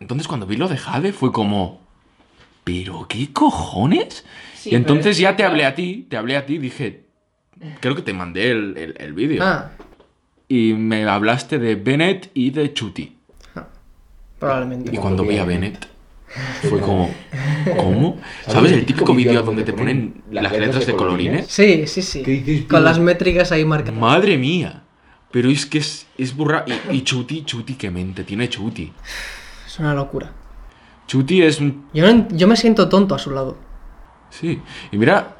Entonces cuando vi lo de Jade fue como... ¿Pero qué cojones? Sí, y pero entonces es ya que- te hablé a ti, te hablé a ti, dije... Creo que te mandé el, el- el vídeo. Ah, Y me hablaste de Bennett y de Chuti. probablemente. Y cuando vi a Bennett, fue como, ¿cómo? ¿Sabes el típico vídeo donde te ponen las letras de colorines? Sí, sí, ¿Qué dices sí. tú? Con las métricas ahí marcadas. Madre mía. Pero es que es, es burra. Y, y Chuti, Chuti, qué mente tiene Chuti. Es una locura. Chuti es un. Yo, no- yo me siento tonto a su lado. Sí. Y mira,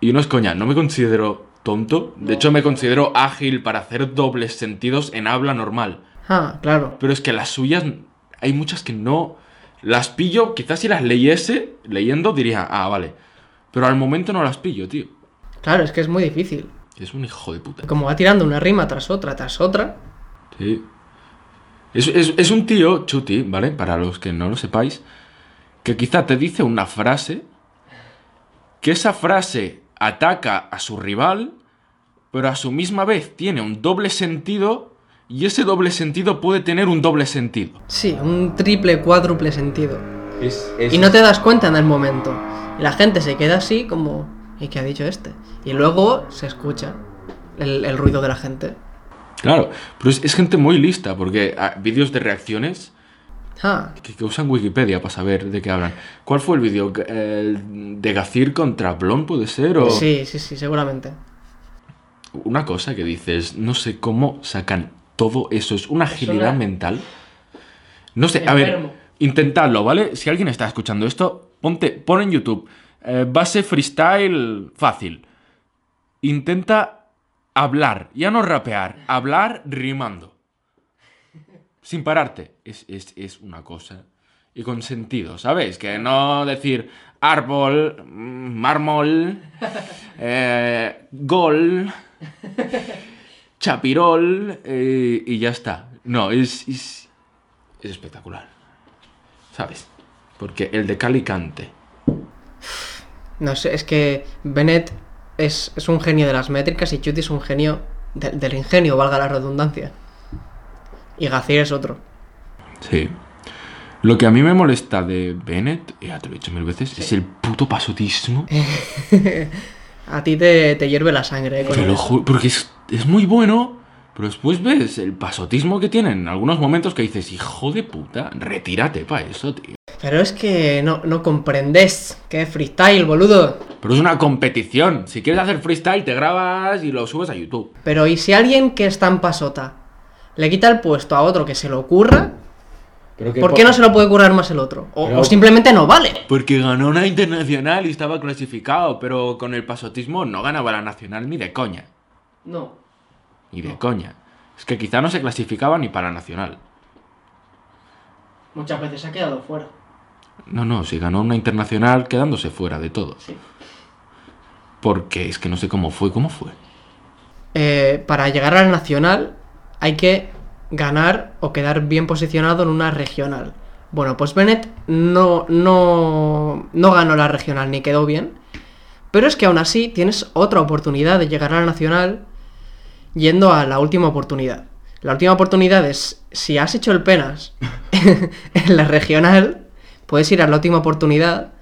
y no es coña, no me considero tonto. De hecho, me considero ágil para hacer dobles sentidos en habla normal. Ah, claro. Pero es que las suyas, hay muchas que no las pillo. Quizás si las leyese, leyendo diría, ah, vale. Pero al momento no las pillo, tío. Claro, es que es muy difícil. Es un hijo de puta. Como va tirando una rima tras otra, tras otra. Sí. Es, es- es un tío, Chuti, ¿vale? Para los que no lo sepáis, que quizá te dice una frase, que esa frase ataca a su rival, pero a su misma vez tiene un doble sentido, y ese doble sentido puede tener un doble sentido. Sí, un triple, cuádruple sentido. Es- es- Y no te das cuenta en el momento. Y la gente se queda así como... ¿Y qué ha dicho este? Y luego se escucha el, el ruido de la gente. Claro, pero es, es gente muy lista, porque ah, vídeos de reacciones Ah, que, que usan Wikipedia para saber de qué hablan. ¿Cuál fue el vídeo? El ¿De Gacir contra Blon puede ser? O... sí, sí, sí, seguramente. Una cosa que dices, no sé cómo sacan todo eso, es una agilidad una- mental. No sé, a ver, Enfermo. intentadlo, ¿vale? Si alguien está escuchando esto, ponte, pon en YouTube, eh, base freestyle fácil. Intenta hablar, ya no rapear, hablar rimando. Sin pararte. Es, es- es una cosa. Y con sentido, ¿sabes? Que no decir árbol, mm, mármol, eh, gol, chapirol eh, y ya está. No, es, es, es espectacular. ¿Sabes? Porque el de Calicante. No sé, es que Bennett es, es un genio de las métricas y Chuty es un genio de- del ingenio, valga la redundancia. Y Gacir es otro. Sí. Lo que a mí me molesta de Bennett, ya te lo he dicho mil veces, es el puto pasotismo. A ti te, te hierve la sangre, eh, con Te él. lo ju- porque es, es muy bueno, pero después ves el pasotismo que tienen en algunos momentos que dices, hijo de puta, retírate para eso, tío. Pero es que no, no comprendes que es freestyle, boludo. Pero es una competición. Si quieres hacer freestyle, te grabas y lo subes a YouTube. Pero ¿y si alguien que está en pasota le quita el puesto a otro que se lo curra? Pero que ¿Por qué no se lo puede currar más el otro? O, Pero- o simplemente no vale. Porque ganó una internacional y estaba clasificado, pero con el pasotismo no ganaba la nacional ni de coña. No. Ni de coña. Es que quizá no se clasificaba ni para la nacional. Muchas veces ha quedado fuera. No, no, si ganó una internacional quedándose fuera de todo. Sí. Porque es que no sé cómo fue, cómo fue. eh, para llegar al nacional hay que ganar o quedar bien posicionado en una regional. Bueno, pues Bennett no, no, no ganó la regional ni quedó bien. Pero es que aún así tienes otra oportunidad de llegar a la nacional yendo a la última oportunidad. La última oportunidad es, si has hecho el penas en la regional, puedes ir a la última oportunidad,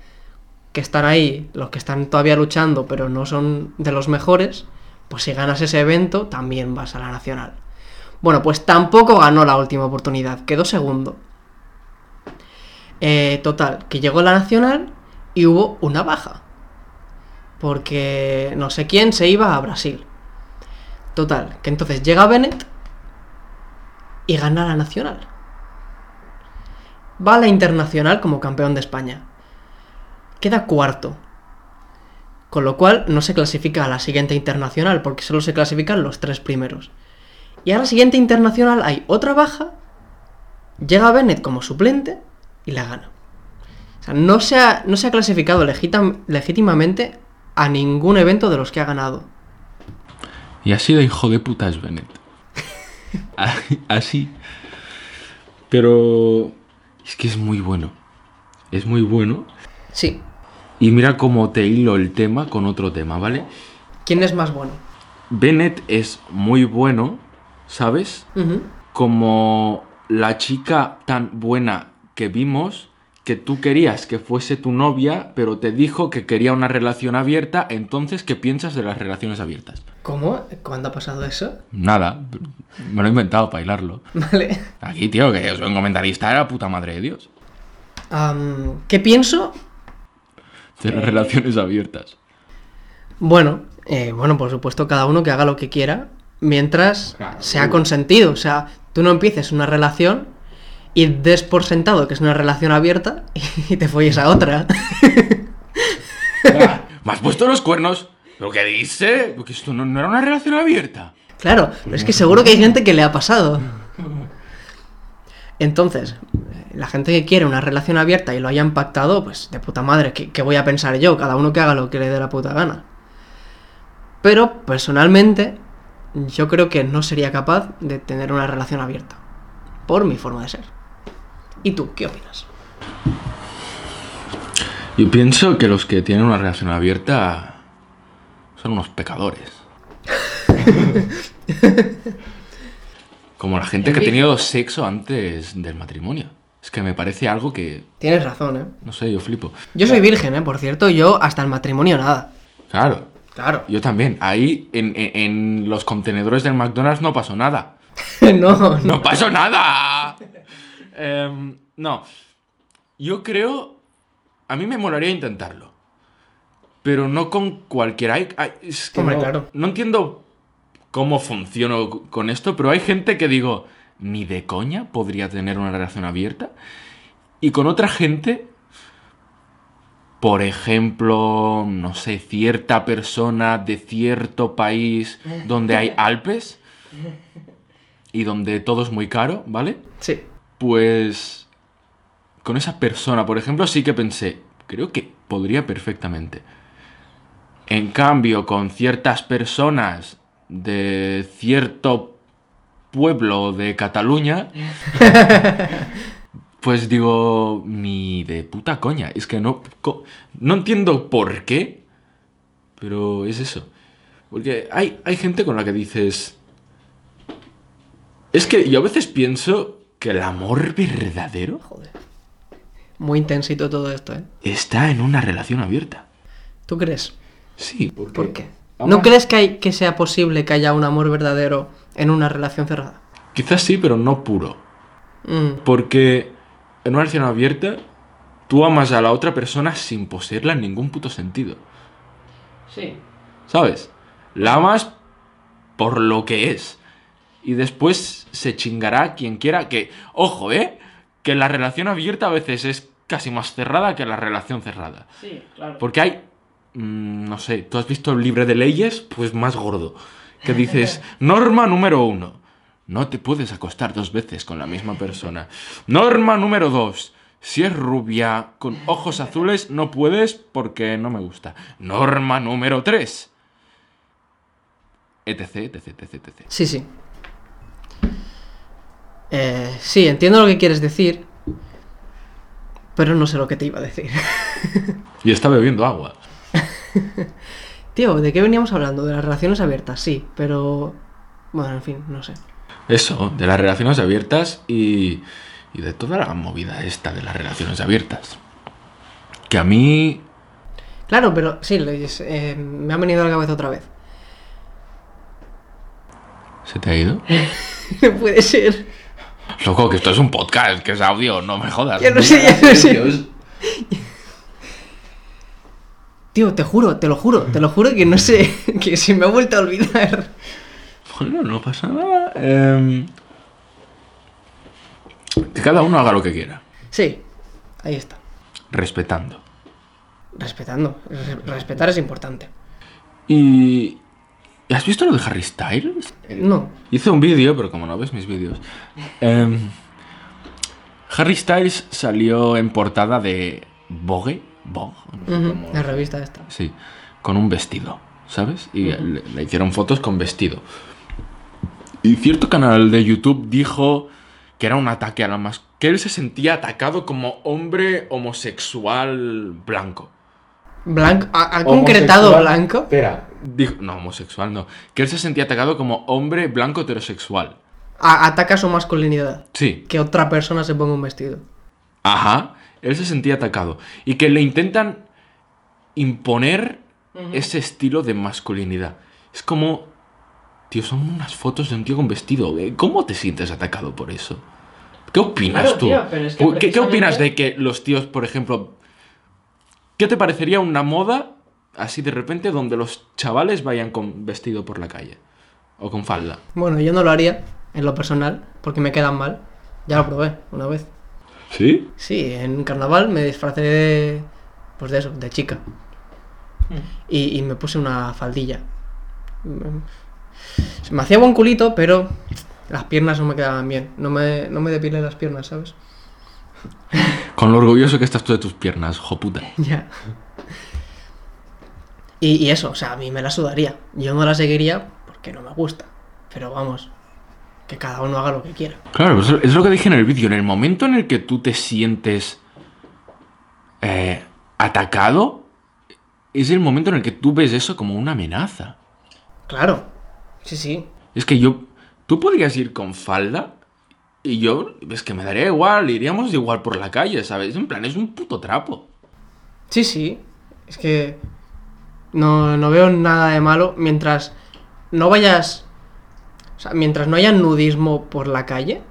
que están ahí, los que están todavía luchando, pero no son de los mejores, pues si ganas ese evento, también vas a la nacional. Bueno, pues tampoco ganó la última oportunidad, quedó segundo. Eh, total, que llegó la nacional y hubo una baja. Porque no sé quién se iba a Brasil. Total, que entonces llega Bennett y gana la nacional. Va a la internacional como campeón de España. Queda cuarto. Con lo cual no se clasifica a la siguiente internacional porque solo se clasifican los tres primeros. Y a la siguiente internacional hay otra baja. Llega Bennett como suplente y la gana. O sea, no se ha, no se ha clasificado legítim- legítimamente a ningún evento de los que ha ganado. Y así de hijo de puta es Bennett. A- así. Pero es que es muy bueno. Es muy bueno. Sí, Y mira cómo te hilo el tema con otro tema, ¿vale? ¿Quién es más bueno? Bennett es muy bueno, ¿sabes? Ujú. Como la chica tan buena que vimos, que tú querías que fuese tu novia, pero te dijo que quería una relación abierta, entonces, ¿qué piensas de las relaciones abiertas? ¿Cómo? ¿Cuándo ha pasado eso? Nada, me lo he inventado para hilarlo. Vale. Aquí, tío, que soy un comentarista, era puta madre de Dios. Am, ¿Qué pienso? De las relaciones abiertas. Bueno, eh, bueno, por supuesto, cada uno que haga lo que quiera mientras Claro. sea consentido. O sea, tú no empieces una relación y des por sentado que es una relación abierta y te folles a otra. Ah, ¿Me has puesto los cuernos? ¿Lo que dice? Porque esto no, no era una relación abierta. Claro, pero es que seguro que hay gente que le ha pasado. Entonces, la gente que quiere una relación abierta y lo hayan pactado, pues de puta madre, ¿qué, qué voy a pensar yo? Cada uno que haga lo que le dé la puta gana. Pero personalmente, yo creo que no sería capaz de tener una relación abierta. Por mi forma de ser. ¿Y tú qué opinas? Yo pienso que los que tienen una relación abierta son unos pecadores. Como la gente que ha tenido sexo antes del matrimonio. Es que me parece algo que, Tienes razón, ¿eh? no sé, yo flipo. Yo soy virgen, ¿eh? Por cierto, yo hasta el matrimonio nada. Claro, Claro. yo también. Ahí en, en- en los contenedores del McDonald's no pasó nada. no, no. ¡No pasó nada! Em, no. Yo creo. A mí me molaría intentarlo. Pero no con cualquiera. Hay- hay- es que Hombre, no, claro. no entiendo cómo funciono c- con esto, pero hay gente que digo, ni de coña podría tener una relación abierta. Y con otra gente, por ejemplo, no sé, cierta persona de cierto país donde hay Alpes y donde todo es muy caro, ¿vale? Sí. Pues con esa persona, por ejemplo, sí que pensé, creo que podría perfectamente. En cambio, con ciertas personas de cierto pueblo de Cataluña, pues digo, ni de puta coña. Es que no, co- no entiendo por qué, pero es eso. Porque hay, hay gente con la que dices, es que yo a veces pienso que el amor verdadero Joder. Muy intensito todo esto, ¿eh? está en una relación abierta. ¿Tú crees? Sí. ¿Por ¿Por qué? ¿No crees que, hay, que sea posible que haya un amor verdadero en una relación cerrada? Quizás sí, pero no puro. Mm, Porque en una relación abierta, tú amas a la otra persona sin poseerla en ningún puto sentido. Sí. ¿Sabes? La amas por lo que es. Y después se chingará a quien quiera que... Ojo, ¿eh? Que la relación abierta a veces es casi más cerrada que la relación cerrada. Sí, claro. Porque hay, mm, no sé, ¿tú has visto el libre de leyes? Pues más gordo. Que dices, norma número uno, no te puedes acostar dos veces con la misma persona. Norma número dos, si es rubia con ojos azules, no puedes porque no me gusta. Norma número tres. Etc, etc, etc, etc. Sí, sí. Eh, sí, entiendo lo que quieres decir, pero no sé lo que te iba a decir. Y está bebiendo agua. Tío, ¿de qué veníamos hablando? De las relaciones abiertas, sí, pero... Bueno, en fin, no sé. Eso, de las relaciones abiertas y, y de toda la movida esta de las relaciones abiertas. Que a mí Claro, pero sí, lo- es, eh, me ha venido a la cabeza otra vez. ¿Se te ha ido? No puede ser. Loco, que esto es un podcast, que es audio, no me jodas. Ya lo sé, ya lo sé. Tío, te juro, te lo juro, te lo juro que no sé, que se me ha vuelto a olvidar. Bueno, no pasa nada. em, que cada uno haga lo que quiera, Sí, ahí está. respetando. Respetando. Res- Respetar es importante. Y... ¿Has visto lo de Harry Styles? No. Hice un vídeo, pero como no ves mis vídeos. em, Harry Styles salió en portada de Vogue. Vogue. no sé Ujú, cómo- La revista esta. Sí, con un vestido, ¿sabes? Y le, le hicieron fotos con vestido. Y cierto canal de YouTube dijo que era un ataque a la más... que él se sentía atacado como hombre homosexual blanco. Blanco, ha, ha concretado homosexual- blanco. Espera. Dijo, no, homosexual no. Que él se sentía atacado como hombre blanco heterosexual. a- ataca su masculinidad. Sí. Que otra persona se ponga un vestido. Ajá. Él se sentía atacado. Y que le intentan imponer ese estilo de masculinidad. Es como... Tío, son unas fotos de un tío con vestido. eh, ¿Cómo te sientes atacado por eso? ¿Qué opinas Claro, tú? tío, pero es que ¿Qué- ¿Qué, opinas precisamente- de que los tíos, por ejemplo... ¿Qué te parecería una moda así de repente donde los chavales vayan con vestido por la calle? O con falda. Bueno, yo no lo haría, en lo personal, porque me quedan mal. Ya lo probé una vez. ¿Sí? Sí, en un carnaval me disfracé de. Pues de eso, de chica. Y, y me puse una faldilla. Mm. Se me hacía buen culito, pero las piernas no me quedaban bien. No me, no me depilé las piernas, ¿sabes? Con lo orgulloso que estás tú de tus piernas, joputa. Ya. Y, y eso, o sea, a mí me la sudaría. Yo no la seguiría porque no me gusta. Pero vamos, que cada uno haga lo que quiera. Claro, pues es lo que dije en el vídeo. En el momento en el que tú te sientes eh, atacado, es el momento en el que tú ves eso como una amenaza. Claro. Sí, sí. Es que yo. Tú podrías ir con falda y yo. Es que me daría igual, iríamos igual por la calle, ¿sabes? En plan, es un puto trapo. Sí, sí. Es que no, no veo nada de malo mientras no vayas... O sea, mientras no haya nudismo por la calle.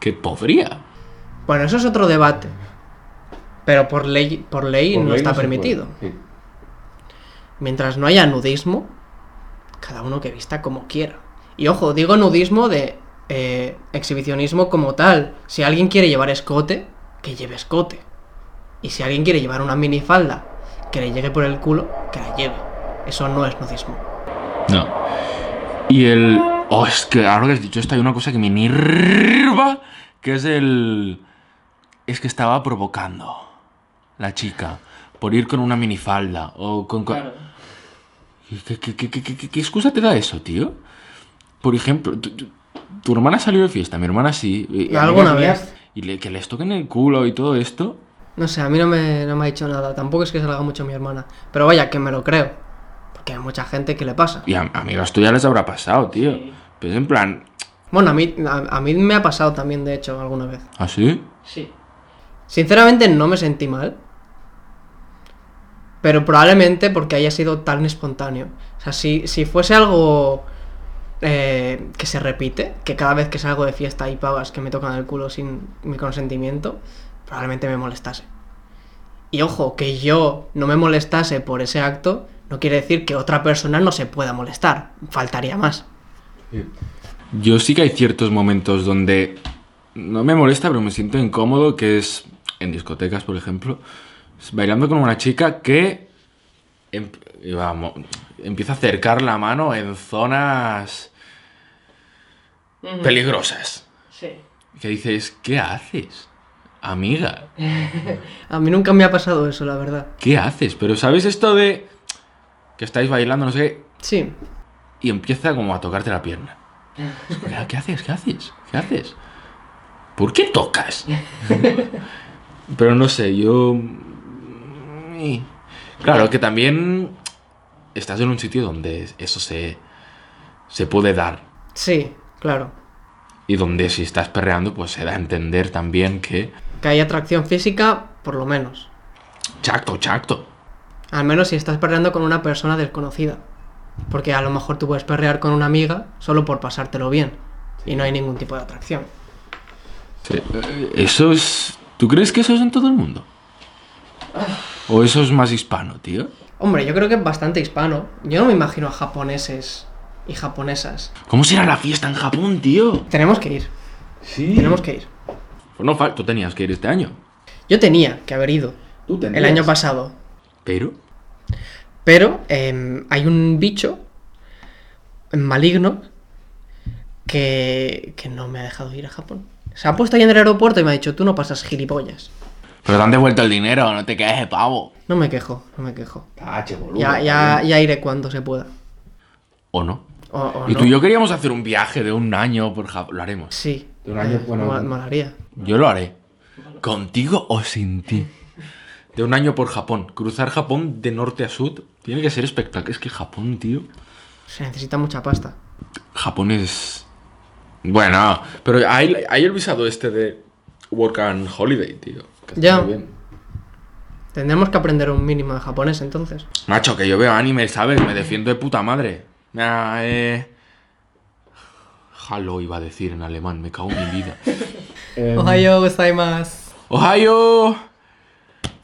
Que podría. Bueno, eso es otro debate. Pero por ley, por ley no está permitido. Mientras no haya nudismo, cada uno que vista como quiera. Y ojo, digo nudismo de eh, exhibicionismo como tal. Si alguien quiere llevar escote, que lleve escote. Y si alguien quiere llevar una minifalda que le llegue por el culo, que la lleve. Eso no es nudismo. No. Y el. Oh, es que ahora que has dicho esto, hay una cosa que me enerva, que es el. Es que estaba provocando la chica por ir con una minifalda o con. co- ¿Qué, qué- qué- qué- qué- qué excusa te da eso, tío? Por ejemplo, tu, tu- tu hermana salió de fiesta, mi hermana sí. y- y Alguna amigas vez. mías, Y le- que les toquen el culo y todo esto. No sé, a mí no me, no me ha dicho nada. Tampoco es que salga mucho mi hermana. Pero vaya, que me lo creo. Porque hay mucha gente que le pasa. Y a amigas tuyas les habrá pasado, tío. Pues en plan, Bueno, a mí, a- a mí me ha pasado también, de hecho, alguna vez. ¿así? Sí. Sinceramente no me sentí mal. Pero probablemente porque haya sido tan espontáneo. O sea, si, si fuese algo eh, que se repite, que cada vez que salgo de fiesta hay pavas que me tocan el culo sin mi consentimiento, probablemente me molestase. Y ojo, que yo no me molestase por ese acto no quiere decir que otra persona no se pueda molestar. Faltaría más. Yo sí que hay ciertos momentos donde no me molesta, pero me siento incómodo, que es en discotecas, por ejemplo, es bailando con una chica que em- iba a mo- empieza a acercar la mano en zonas peligrosas. Sí. Que dices, ¿qué haces? Amiga, A mí nunca me ha pasado eso, la verdad. ¿qué haces? Pero ¿sabes esto de que estáis bailando, no sé qué? Sí, y empieza como a tocarte la pierna. Es como, ¿Qué haces? ¿Qué haces? ¿Qué haces? ¿Por qué tocas? Pero no sé, yo... y- Claro, que también estás en un sitio donde eso se, se puede dar. sí, claro. Y donde si estás perreando, pues se da a entender también que... Que hay atracción física, por lo menos. Chacto, chacto. Al menos si estás perreando con una persona desconocida. Porque a lo mejor tú puedes perrear con una amiga solo por pasártelo bien. Y no hay ningún tipo de atracción. Sí, eh, Eso es... ¿Tú crees que eso es en todo el mundo? ¿O eso es más hispano, tío? Hombre, yo creo que es bastante hispano. Yo no me imagino a japoneses y japonesas. ¿Cómo será la fiesta en Japón, tío? Tenemos que ir, Sí. tenemos que ir. Pues no, fal- tú tenías que ir este año. Yo tenía que haber ido Tú el año pasado. Pero. Pero em, hay un bicho maligno que, que no me ha dejado ir a Japón. Se ha puesto ahí en el aeropuerto y me ha dicho, tú no pasas gilipollas. Pero te han devuelto el dinero, no te quedes de pavo. No me quejo, no me quejo. Tache, boludo. Ya, ya, ya iré cuando se pueda. ¿O no? O, o Y no. tú y yo queríamos hacer un viaje de un año por Japón. Lo haremos. Sí. De un año, Eh, bueno, mo- molaría. Yo lo haré. ¿Contigo o sin ti? de un año por Japón. Cruzar Japón de norte a sur tiene que ser espectacular. Es que Japón, tío. Se necesita mucha pasta. Japón es. Bueno, pero hay, hay el visado este de Work and Holiday, tío. que está Ya. muy bien. Tendremos que aprender un mínimo de japonés entonces. Macho, que yo veo anime, ¿sabes? Me defiendo de puta madre. Ah, eh... Halo iba a decir en alemán, me cago en mi vida. Ohayo gozaimasu. Ohio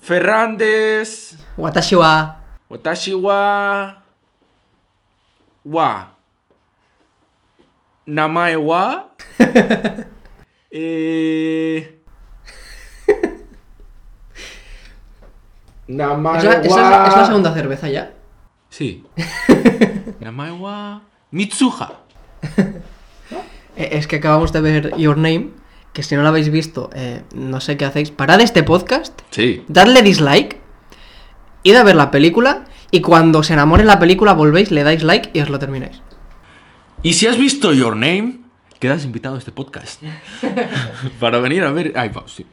Fernández Watashi wa. Watashi wa wa Namae wa eh Namae ¿Es la, es la- es la segunda cerveza ya? Sí. Namae wa Mitsuha. Eh, Es que acabamos de ver Your Name, que si no lo habéis visto, eh, no sé qué hacéis. Parad este podcast, Sí. dadle dislike, id a ver la película y cuando se enamore la película volvéis, le dais like y os lo termináis. Y si has visto Your Name, quedas invitado a este podcast. Para venir a ver. Ay, pa- sí.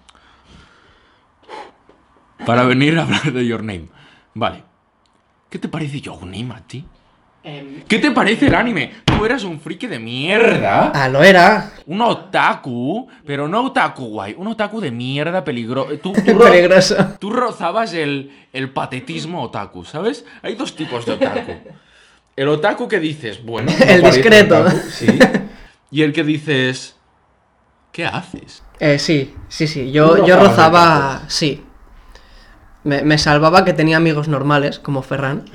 Para venir a hablar de Your Name. Vale. ¿Qué te parece Your Name a ti? ¿Qué te parece el anime? Tú eras un friki de mierda. Ah, lo era. Un otaku, pero no otaku guay. Un otaku de mierda peligro. Tú, tú ro- Peligroso. tú rozabas el, el patetismo otaku, ¿sabes? Hay dos tipos de otaku. El otaku que dices, bueno, no El parece discreto. otaku, sí. Y el que dices, ¿qué haces? Eh, sí, sí, sí. Tú Yo, yo rozabas rozaba. Sí. Me, me salvaba que tenía amigos normales, como Ferran.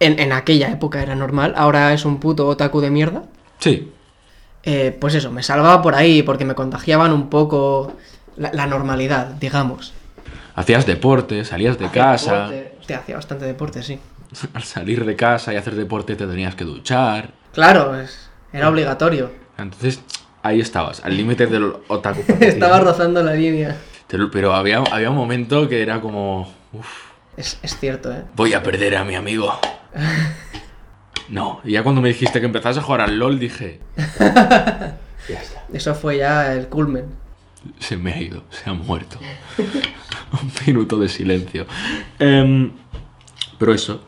En, en aquella época era normal, ahora es un puto otaku de mierda. Sí. Eh, pues eso, me salvaba por ahí porque me contagiaban un poco la, la normalidad, digamos. Hacías deporte, salías de casa. Te hacía bastante deporte, sí. Al salir de casa y hacer deporte te tenías que duchar. Claro, es- era obligatorio. Entonces, ahí estabas, al límite del otaku. patetismo. Estaba rozando la línea. Te lo- Pero había, había un momento que era como, "Uf, Es, es cierto, ¿eh? Voy a perder a mi amigo. No, y ya cuando me dijiste que empezás a jugar al LOL dije... Ya está. Eso fue ya el culmen. Se me ha ido, se ha muerto. Un minuto de silencio. Em, pero eso.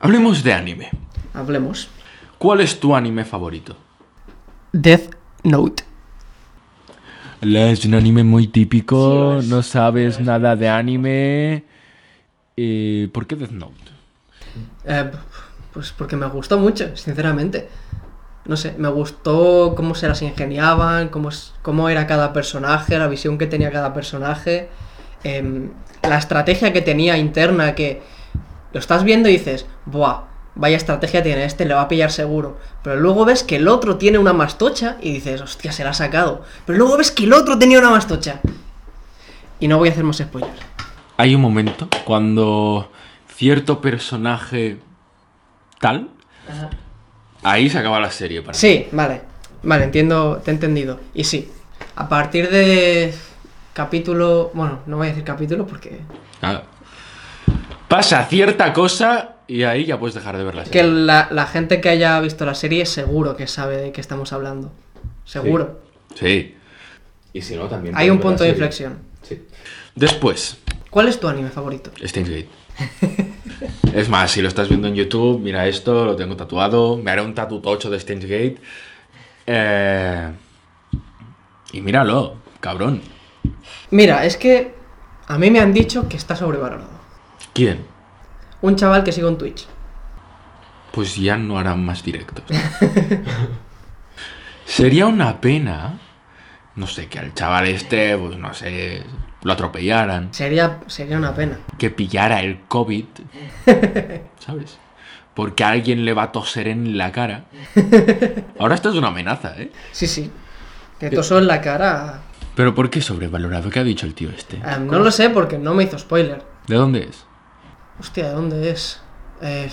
Hablemos de anime. Hablemos. ¿Cuál es tu anime favorito? Death Note. Es un anime muy típico, Sí, lo es. no sabes nada de anime. Eh, ¿Por qué Death Note? Eh, pues porque me gustó mucho, sinceramente. No sé, me gustó cómo se las ingeniaban, cómo, es- cómo era cada personaje, la visión que tenía cada personaje, em, la estrategia que tenía interna, que lo estás viendo y dices, ¡buah! Vaya estrategia tiene este, le va a pillar seguro. Pero luego ves que el otro tiene una mastocha y dices, hostia, se la ha sacado. Pero luego ves que el otro tenía una mastocha. Y no voy a hacer más spoilers. Hay un momento cuando cierto personaje tal, ahí se acaba la serie para mí. Sí, vale. Vale, entiendo, te he entendido. Y sí, a partir de capítulo, bueno, no voy a decir capítulo porque Nada. Pasa cierta cosa y ahí ya puedes dejar de ver la que serie. la, la gente que haya visto la serie seguro que sabe de qué estamos hablando. Seguro. Sí. Y si no, también. Hay un punto de inflexión. Después, ¿Cuál es tu anime favorito? Steins Gate. es más, si lo estás viendo en YouTube, mira esto, lo tengo tatuado. Me haré un tatu tocho de Steins Gate. Eh, Y míralo, cabrón. Mira, es que a mí me han dicho que está sobrevalorado. ¿Quién? Un chaval que sigo en Twitch. Pues ya no harán más directos. Sería una pena, no sé, que al chaval este, pues no sé, lo atropellaran, Sería, sería una pena. que pillara el COVID, ¿sabes? Porque alguien le va a toser en la cara. Ahora esto es una amenaza, ¿eh? Sí, sí. Te ¿Qué? tosó en la cara. Pero ¿por qué sobrevalorado? ¿Qué ha dicho el tío este? Eh, no lo sé porque no me hizo spoiler. ¿De dónde es? Hostia, ¿de dónde es? Eh,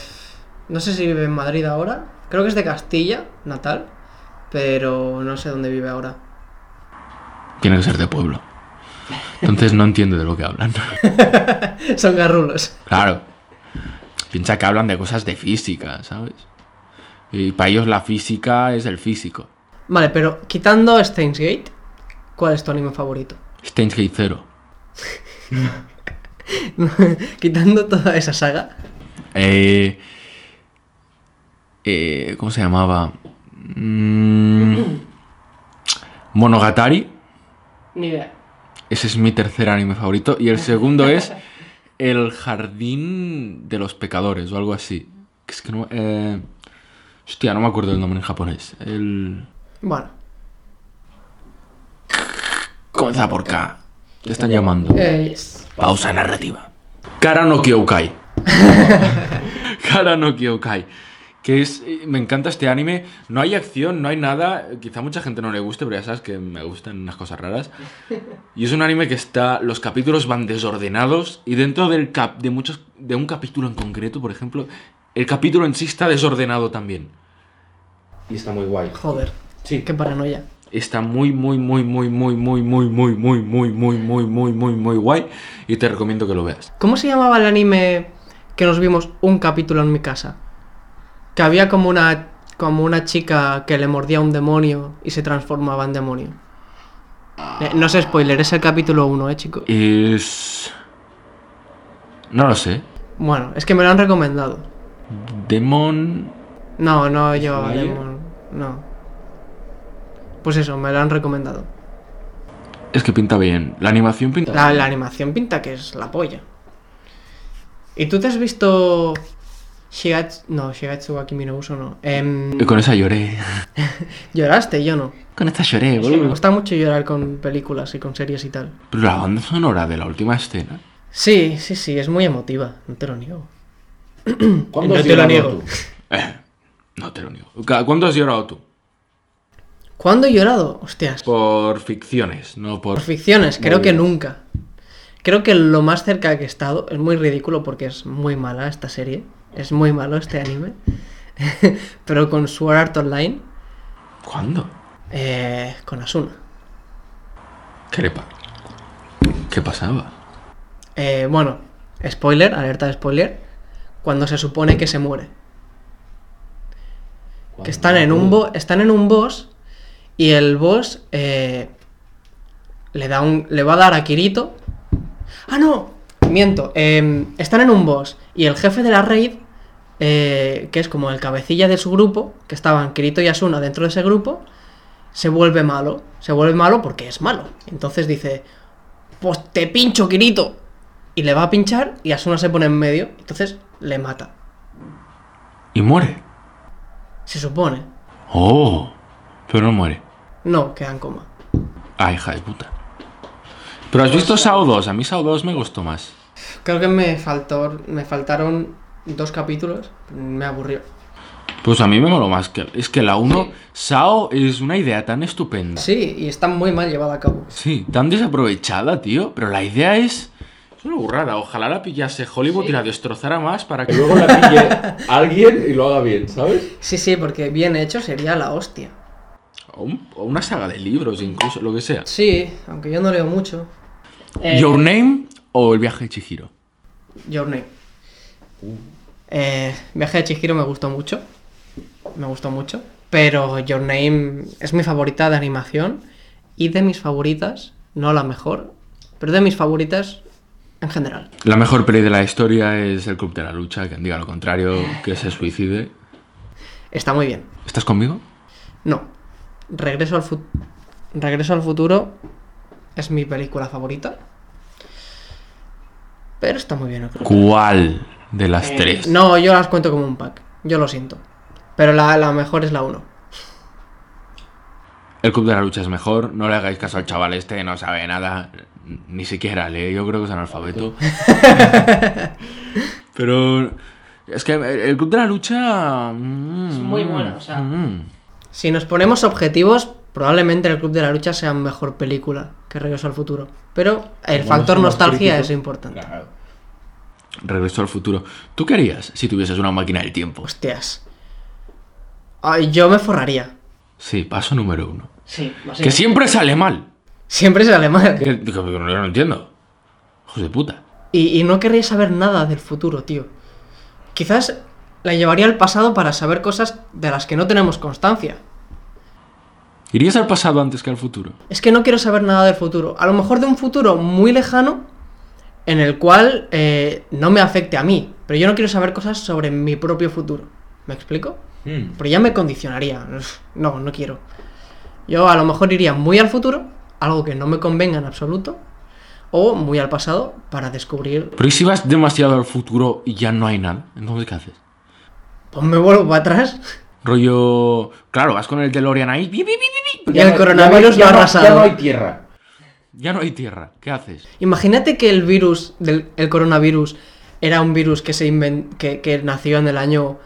no sé si vive en Madrid ahora. Creo que es de Castilla, natal. Pero no sé dónde vive ahora. Tiene que ser de pueblo. Entonces no entiendo de lo que hablan. Son garrulos. Claro. Piensa que hablan de cosas de física, ¿sabes? Y para ellos la física es el físico. Vale, pero quitando Steins Gate, ¿cuál es tu anime favorito? Steins Gate Zero. Quitando toda esa saga. Eh, eh, ¿Cómo se llamaba? Mm, Monogatari. Ni idea. Ese es mi tercer anime favorito. Y el segundo es El Jardín de los Pecadores o algo así. Que Es que no. eh, hostia, no me acuerdo el nombre en japonés. El. Bueno. Comienza por K. Te están llamando. Eh, yes. Pausa narrativa. Kara no Kyokai. Kara no Kyokai. Que es. eh, Me encanta este anime. No hay acción, no hay nada. Quizá mucha gente no le guste, pero ya sabes que me gustan unas cosas raras. Y es un anime que está. Los capítulos van desordenados. Y dentro del cap, de muchos. de un capítulo en concreto, por ejemplo. El capítulo en sí está desordenado también. Y está muy guay. Joder. Sí. Qué paranoia. Está muy, muy, muy, muy, muy, muy, muy, muy, muy, muy, muy, muy, muy, muy, muy guay. Y te recomiendo que lo veas. ¿Cómo se llamaba el anime que nos vimos un capítulo en mi casa? Que había como una como una chica que le mordía a un demonio y se transformaba en demonio. Eh, no sé spoiler, es el capítulo 1, eh, chico. Es. No lo sé. Bueno, es que me lo han recomendado. Demon. No, no yo ¿Slayer? Demon, no. Pues eso, me lo han recomendado. Es que pinta bien. La animación pinta La, la animación pinta que es la polla. ¿Y tú te has visto Shigatsu... No, Shigatsu wa Kimi no Uso no. Em, Y Con esa lloré. lloraste, yo no. Con esta lloré, Me boludo. gusta mucho llorar con películas y con series y tal. Pero la banda sonora de la última escena. Sí, sí, sí, es muy emotiva, no te lo niego. No te lo niego. eh, No te lo niego. Ca- ¿Cuánto has llorado tú? ¿Cuándo he llorado? Hostias. Por ficciones, no por. Por ficciones, Pues, creo Muy que bien. nunca. Creo que lo más cerca que he estado es muy ridículo porque es muy mala esta serie. Es muy malo este anime. Pero con Sword Art Online, ¿Cuándo? eh, con Asuna. ¿Qué le pa- ¿Qué pasaba? Eh, bueno, spoiler, alerta de spoiler. Cuando se supone que se muere. Que están en un bo- están en un boss y el boss eh, le da un le va a dar a Kirito. Ah no, miento. eh, están en un boss y el jefe de la raid eh, que es como el cabecilla de su grupo que estaban Kirito y Asuna dentro de ese grupo se vuelve malo, se vuelve malo porque es malo. Entonces dice pues te pincho Kirito y le va a pinchar y Asuna se pone en medio, entonces le mata. Y muere. Se supone. Oh, pero no muere. No, queda en coma. Ah, hija de puta. Pero has visto Sao 2, a mí Sao 2 me gustó más. Creo que me faltó, me faltaron dos capítulos, me aburrió. Pues a mí me moló más que... Es que la 1, Sao es una idea tan estupenda. Sí, y está muy mal llevada a cabo. Sí, tan desaprovechada, tío. Pero la idea es... Es una burrada. Ojalá la pillase Hollywood y la destrozara más para que luego la pille alguien y lo haga bien, ¿sabes? Sí, sí, porque bien hecho sería la hostia. O, un- o una saga de libros, incluso, lo que sea. Sí, aunque yo no leo mucho. Eh, Your Name o El viaje de Chihiro. Your Name. Eh, Viaje de Chihiro me gustó mucho. Me gustó mucho. Pero Your Name es mi favorita de animación. Y de mis favoritas, no la mejor, pero de mis favoritas en general. La mejor peli de la historia es El Club de la Lucha. Quien diga lo contrario, que se suicide. Está muy bien. ¿Estás conmigo? No. Regreso al, fu- Regreso al futuro es mi película favorita. Pero está muy bien. creo. ¿Cuál de las tres? No, yo las cuento como un pack. Yo lo siento. Pero la, la mejor es la 1. El club de la lucha es mejor, no le hagáis caso al chaval este, no sabe nada, ni siquiera lee, yo creo que es analfabeto. Pero es que el club de la lucha... mm, Es muy bueno, o sea. Si nos ponemos objetivos, probablemente el Club de la Lucha sea mejor película que Regreso al futuro. Pero el factor nostalgia es importante. Regreso al futuro. ¿Tú qué harías si tuvieses una máquina del tiempo? Hostias. Ay, yo me forraría. Sí, paso número uno. Sí, Que siempre sale mal. Siempre sale mal. Que- que- que no- Yo no entiendo. Hijos de puta. Y, y no querría saber nada del futuro, tío. Quizás la llevaría al pasado para saber cosas de las que no tenemos constancia. ¿Irías al pasado antes que al futuro? Es que no quiero saber nada del futuro. A lo mejor de un futuro muy lejano en el cual eh, no me afecte a mí. Pero yo no quiero saber cosas sobre mi propio futuro. ¿Me explico? Hmm. Mm. Pero ya me condicionaría. Uf, No, no quiero. Yo a lo mejor iría muy al futuro, algo que no me convenga en absoluto, o muy al pasado para descubrir. Pero ¿y si vas demasiado al futuro y ya no hay nada? Entonces, ¿qué haces? Pues me vuelvo para atrás. Rollo. Claro, vas con el DeLorean ahí. bi, bi, bi, bi, bi, pero Y el coronavirus lo ha arrasado. Ya no hay tierra. Ya no hay tierra. ¿Qué haces? Imagínate que el virus, del, el coronavirus, era un virus que, se inven- que, que nació en el año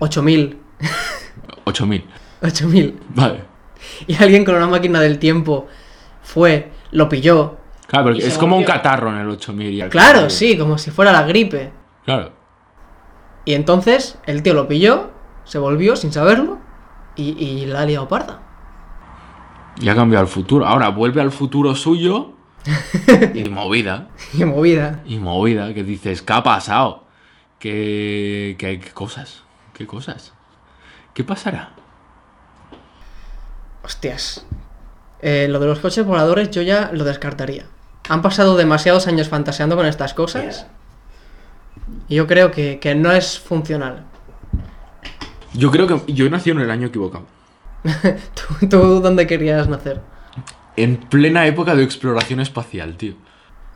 8000. 8000. 8000. Vale. Y alguien con una máquina del tiempo fue, lo pilló. Claro, pero Y es se como un volvió. catarro en el 8000. y al Claro, final- sí, como si fuera la gripe. Claro. Y entonces el tío lo pilló, se volvió sin saberlo y, y la ha liado parda. Y ha cambiado el futuro. Ahora vuelve al futuro suyo. y movida. Y movida. Y movida. Que dices, ¿qué ha pasado? ¿Qué, qué, qué cosas? ¿Qué cosas? ¿Qué pasará? Hostias. Eh, lo de los coches voladores yo ya lo descartaría. Han pasado demasiados años fantaseando con estas cosas. Y yo creo que, que no es funcional. Yo creo que yo nací en el año equivocado. ¿Tú, tú dónde querías nacer? En plena época de exploración espacial, tío.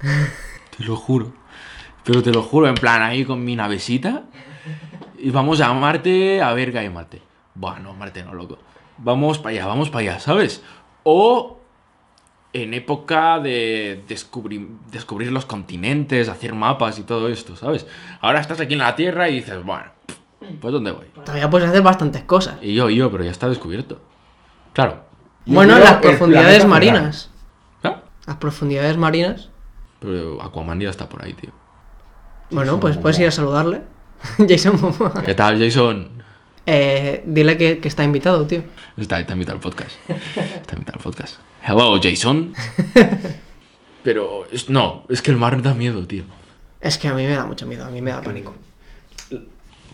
Te lo juro. Pero te lo juro, en plan, ahí con mi navecita. Y vamos a Marte a ver qué hay en Marte. Bueno, Marte no, loco. Vamos para allá, vamos para allá, ¿sabes? O en época de descubri- descubrir los continentes, hacer mapas y todo esto, ¿sabes? Ahora estás aquí en la Tierra y dices, bueno, pues ¿dónde voy? Todavía puedes hacer bastantes cosas. Y yo, y yo, pero ya está descubierto. Claro. Yo Bueno, creo las el planeta profundidades Ferrari. marinas. ¿Ah? Las profundidades marinas. Pero Aquaman ya está por ahí, tío. Bueno, pues puedes ir a saludarle. Jason Momoa. ¿Qué tal, Jason? Eh, dile que, que está invitado, tío. Está, está invitado al podcast. Está invitado al podcast. Hello, Jason. Pero es- no, es que el mar da miedo, tío. Es que a mí me da mucho miedo, a mí me da pánico.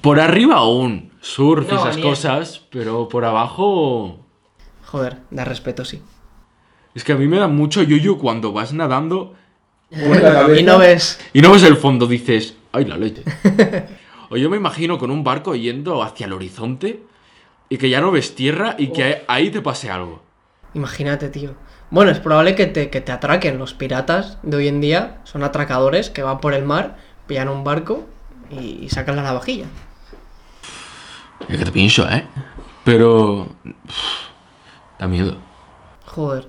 Por arriba aún, surf y No, esas ni cosas, pero por abajo... Joder, da respeto, sí. Es que a mí me da mucho yuyu cuando vas nadando Pones la Y no cabeza- ves. y no ves el fondo, dices, ¡ay, la leche! O yo me imagino con un barco yendo hacia el horizonte y que ya no ves tierra y que ahí- ahí te pase algo. Imagínate, tío. Bueno, es probable que te, que te atraquen. Los piratas de hoy en día son atracadores que van por el mar, pillan un barco y, y sacan la navajilla. Es que te pincho, ¿eh? Pero... uf, da miedo. Joder.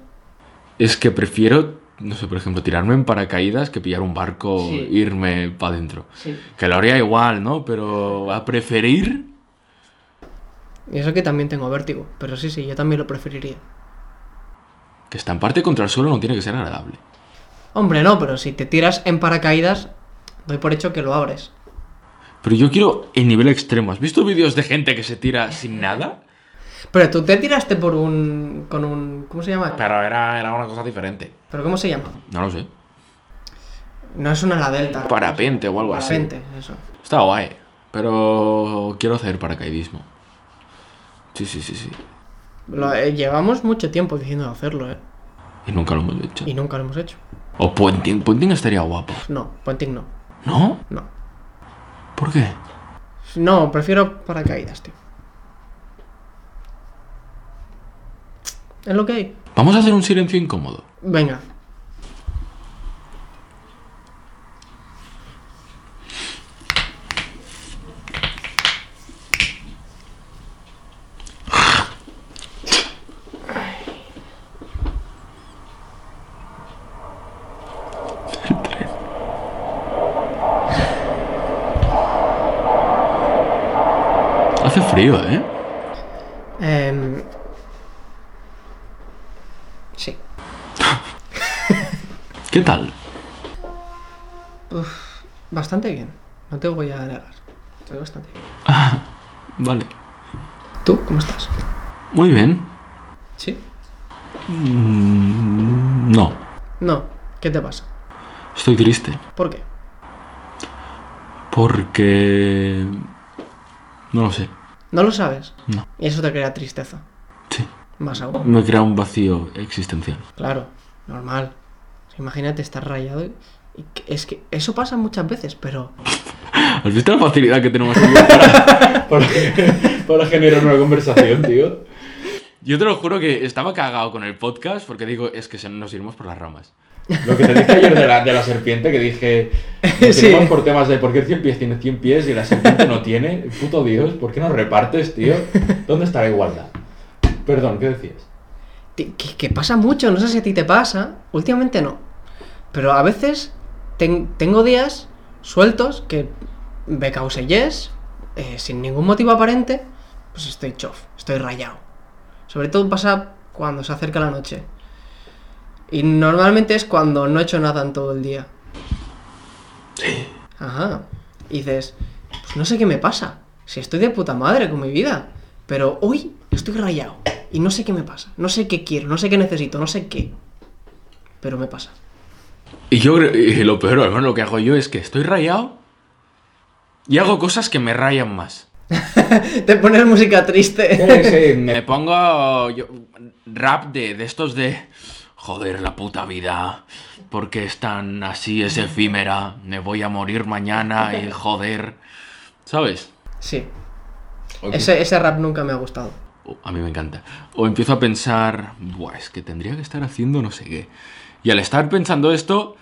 Es que prefiero, no sé, por ejemplo, tirarme en paracaídas que pillar un barco, e Sí. irme para adentro. Sí. Que lo haría igual, ¿no? Pero a preferir... Y eso que también tengo vértigo. Pero sí, sí, yo también lo preferiría. Que estamparte contra el suelo no tiene que ser agradable. Hombre, no, pero si te tiras en paracaídas, doy por hecho que lo abres. Pero yo quiero el nivel extremo. ¿Has visto vídeos de gente que se tira sin nada? Pero tú te tiraste por un. con un. ¿Cómo se llama? Pero era, era una cosa diferente. ¿Pero cómo se llama? No lo sé. No es una la delta. Parapente o algo así. Parapente, eso. Está guay. Pero quiero hacer paracaidismo. Sí, sí, sí, sí. Lo- eh, llevamos mucho tiempo diciendo de hacerlo, ¿eh? Y nunca lo hemos hecho. Y nunca lo hemos hecho. O puenting. Puenting estaría guapo. No, puenting no. ¿No? No. ¿Por qué? Pues No, prefiero paracaídas, tío. Es lo que hay. Vamos a hacer un silencio incómodo. Venga. Hace frío, ¿eh? Em, Sí. ¿Qué tal? Bastante bien. No te voy a negar. Estoy bastante bien. Vale. ¿Tú cómo estás? Muy bien. ¿Sí? Mm, No, No. ¿Qué te pasa? estoy triste. ¿Por qué? Porque... No lo sé. No lo sabes. No. Y eso te crea tristeza. Sí. Más aún. Me crea un vacío existencial. Claro. Normal. Imagínate estar rayado. y- y que- es que eso pasa muchas veces, pero ¿Has visto la facilidad que tenemos aquí para, para, para generar una conversación, tío? Yo te lo juro que estaba cagado con el podcast porque digo, es que se- nos iremos por las ramas. Lo que te dije ayer de la, de la serpiente, que dije, nos Sí. tiramos por temas de por qué el 100 pies tiene 100 pies y la serpiente no tiene. Puto Dios, ¿por qué nos repartes, tío? ¿Dónde está la igualdad? Perdón, ¿qué decías? te- que, que pasa mucho. No sé si a ti te pasa. Últimamente no. Pero a veces ten- tengo días sueltos que me causé yes, eh, sin ningún motivo aparente, pues estoy chof, estoy rayado. Sobre todo pasa cuando se acerca la noche. Y normalmente es cuando no he hecho nada en todo el día. Ajá. Y dices, pues no sé qué me pasa. Si estoy de puta madre con mi vida. Pero hoy estoy rayado. Y no sé qué me pasa. No sé qué quiero, no sé qué necesito, no sé qué. Pero me pasa. Y yo creo, y lo peor, hermano, lo que hago yo es que estoy rayado y hago cosas que me rayan más. Te pones música triste. Sí, sí, Me me- pongo yo- rap de, de estos de... Joder, la puta vida. Porque es tan así, es efímera. Me voy a morir mañana y joder. ¿Sabes? Sí. Ese, ese rap nunca me ha gustado. O- a mí me encanta. O empiezo a pensar, Buah, es que tendría que estar haciendo no sé qué. Y al estar pensando esto,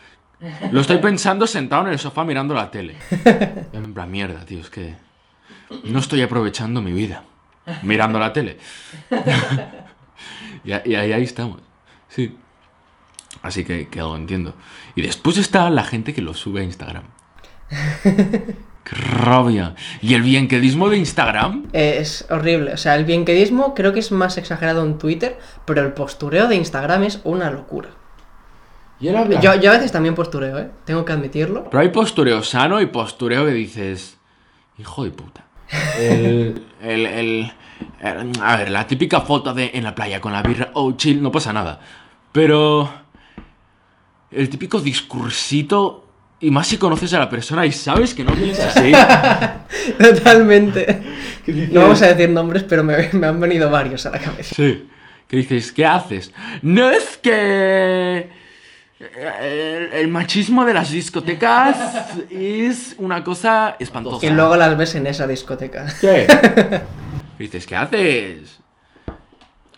lo estoy pensando sentado en el sofá mirando la tele. En plan, mierda, tío, es que no estoy aprovechando mi vida mirando la tele. y, a- y ahí, ahí estamos. Sí. Así que, que algo entiendo. Y después está la gente que lo sube a Instagram. ¡Qué rabia! ¿Y el bienquedismo de Instagram? Eh, es horrible. O sea, el bienquedismo creo que es más exagerado en Twitter, pero el postureo de Instagram es una locura. Y él habla. Yo, yo a veces también postureo, ¿eh? Tengo que admitirlo. Pero hay postureo sano y postureo que dices, hijo de puta. El- El, el- el- a ver, la típica foto de en la playa con la birra, oh chill, no pasa nada. Pero el típico discursito, y más si conoces a la persona y sabes que no piensa así. Totalmente. ¿Qué dices? No vamos a decir nombres, pero me, me han venido varios a la cabeza. Sí. Que dices, ¿qué haces? No es que... eh, El, el machismo de las discotecas es una cosa espantosa. Y luego las ves en esa discoteca. ¿Qué? Y dices, ¿qué haces?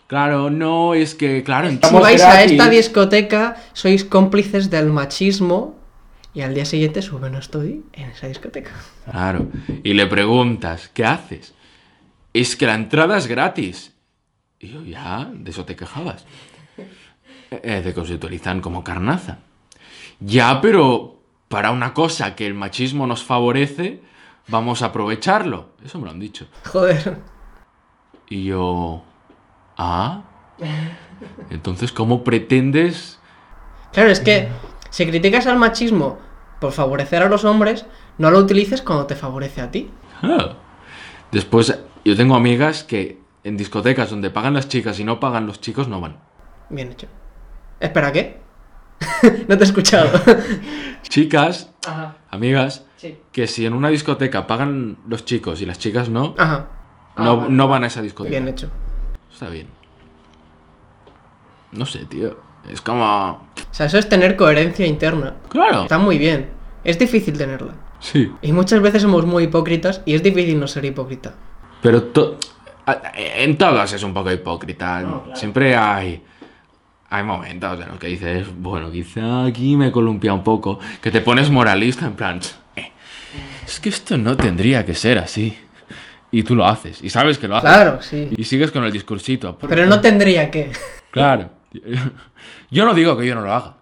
Claro, no, es que, claro, Si Estamos entonces... vais a gratis. esta discoteca, sois cómplices del machismo y al día siguiente sube no estoy en esa discoteca. Claro, y le preguntas, ¿qué haces? Es que la entrada es gratis. Y yo, ya, de eso te quejabas. Eh, eh, de que os utilizan como carnaza. Ya, pero para una cosa que el machismo nos favorece, vamos a aprovecharlo. Eso me lo han dicho. Joder. Y yo, ¿ah? Entonces, ¿cómo pretendes Claro, es que si criticas al machismo por favorecer a los hombres, no lo utilices cuando te favorece a ti. Ah. Después, yo tengo amigas que en discotecas donde pagan las chicas y no pagan los chicos no van. Bien hecho. Espera, ¿qué? no te he escuchado. Chicas, Ajá, amigas, sí. que si en una discoteca pagan los chicos y las chicas no, Ajá. no, no van a esa discoteca. Ah, Bien hecho. Está bien. No sé, tío. Es como... O sea, eso es tener coherencia interna. Claro. Está muy bien. Es difícil tenerla. Sí. Y muchas veces somos muy hipócritas y es difícil no ser hipócrita. Pero to- a- en todas es un poco hipócrita. Siempre hay, hay momentos en los que dices, bueno, quizá aquí me columpia un poco, que te pones moralista en plan, "Eh, es que esto no tendría que ser así. Y tú lo haces, y sabes Ah. que lo haces. Claro, sí. Y sigues con el discursito. Pero no tendría que. Claro. Yo no digo que yo no lo haga.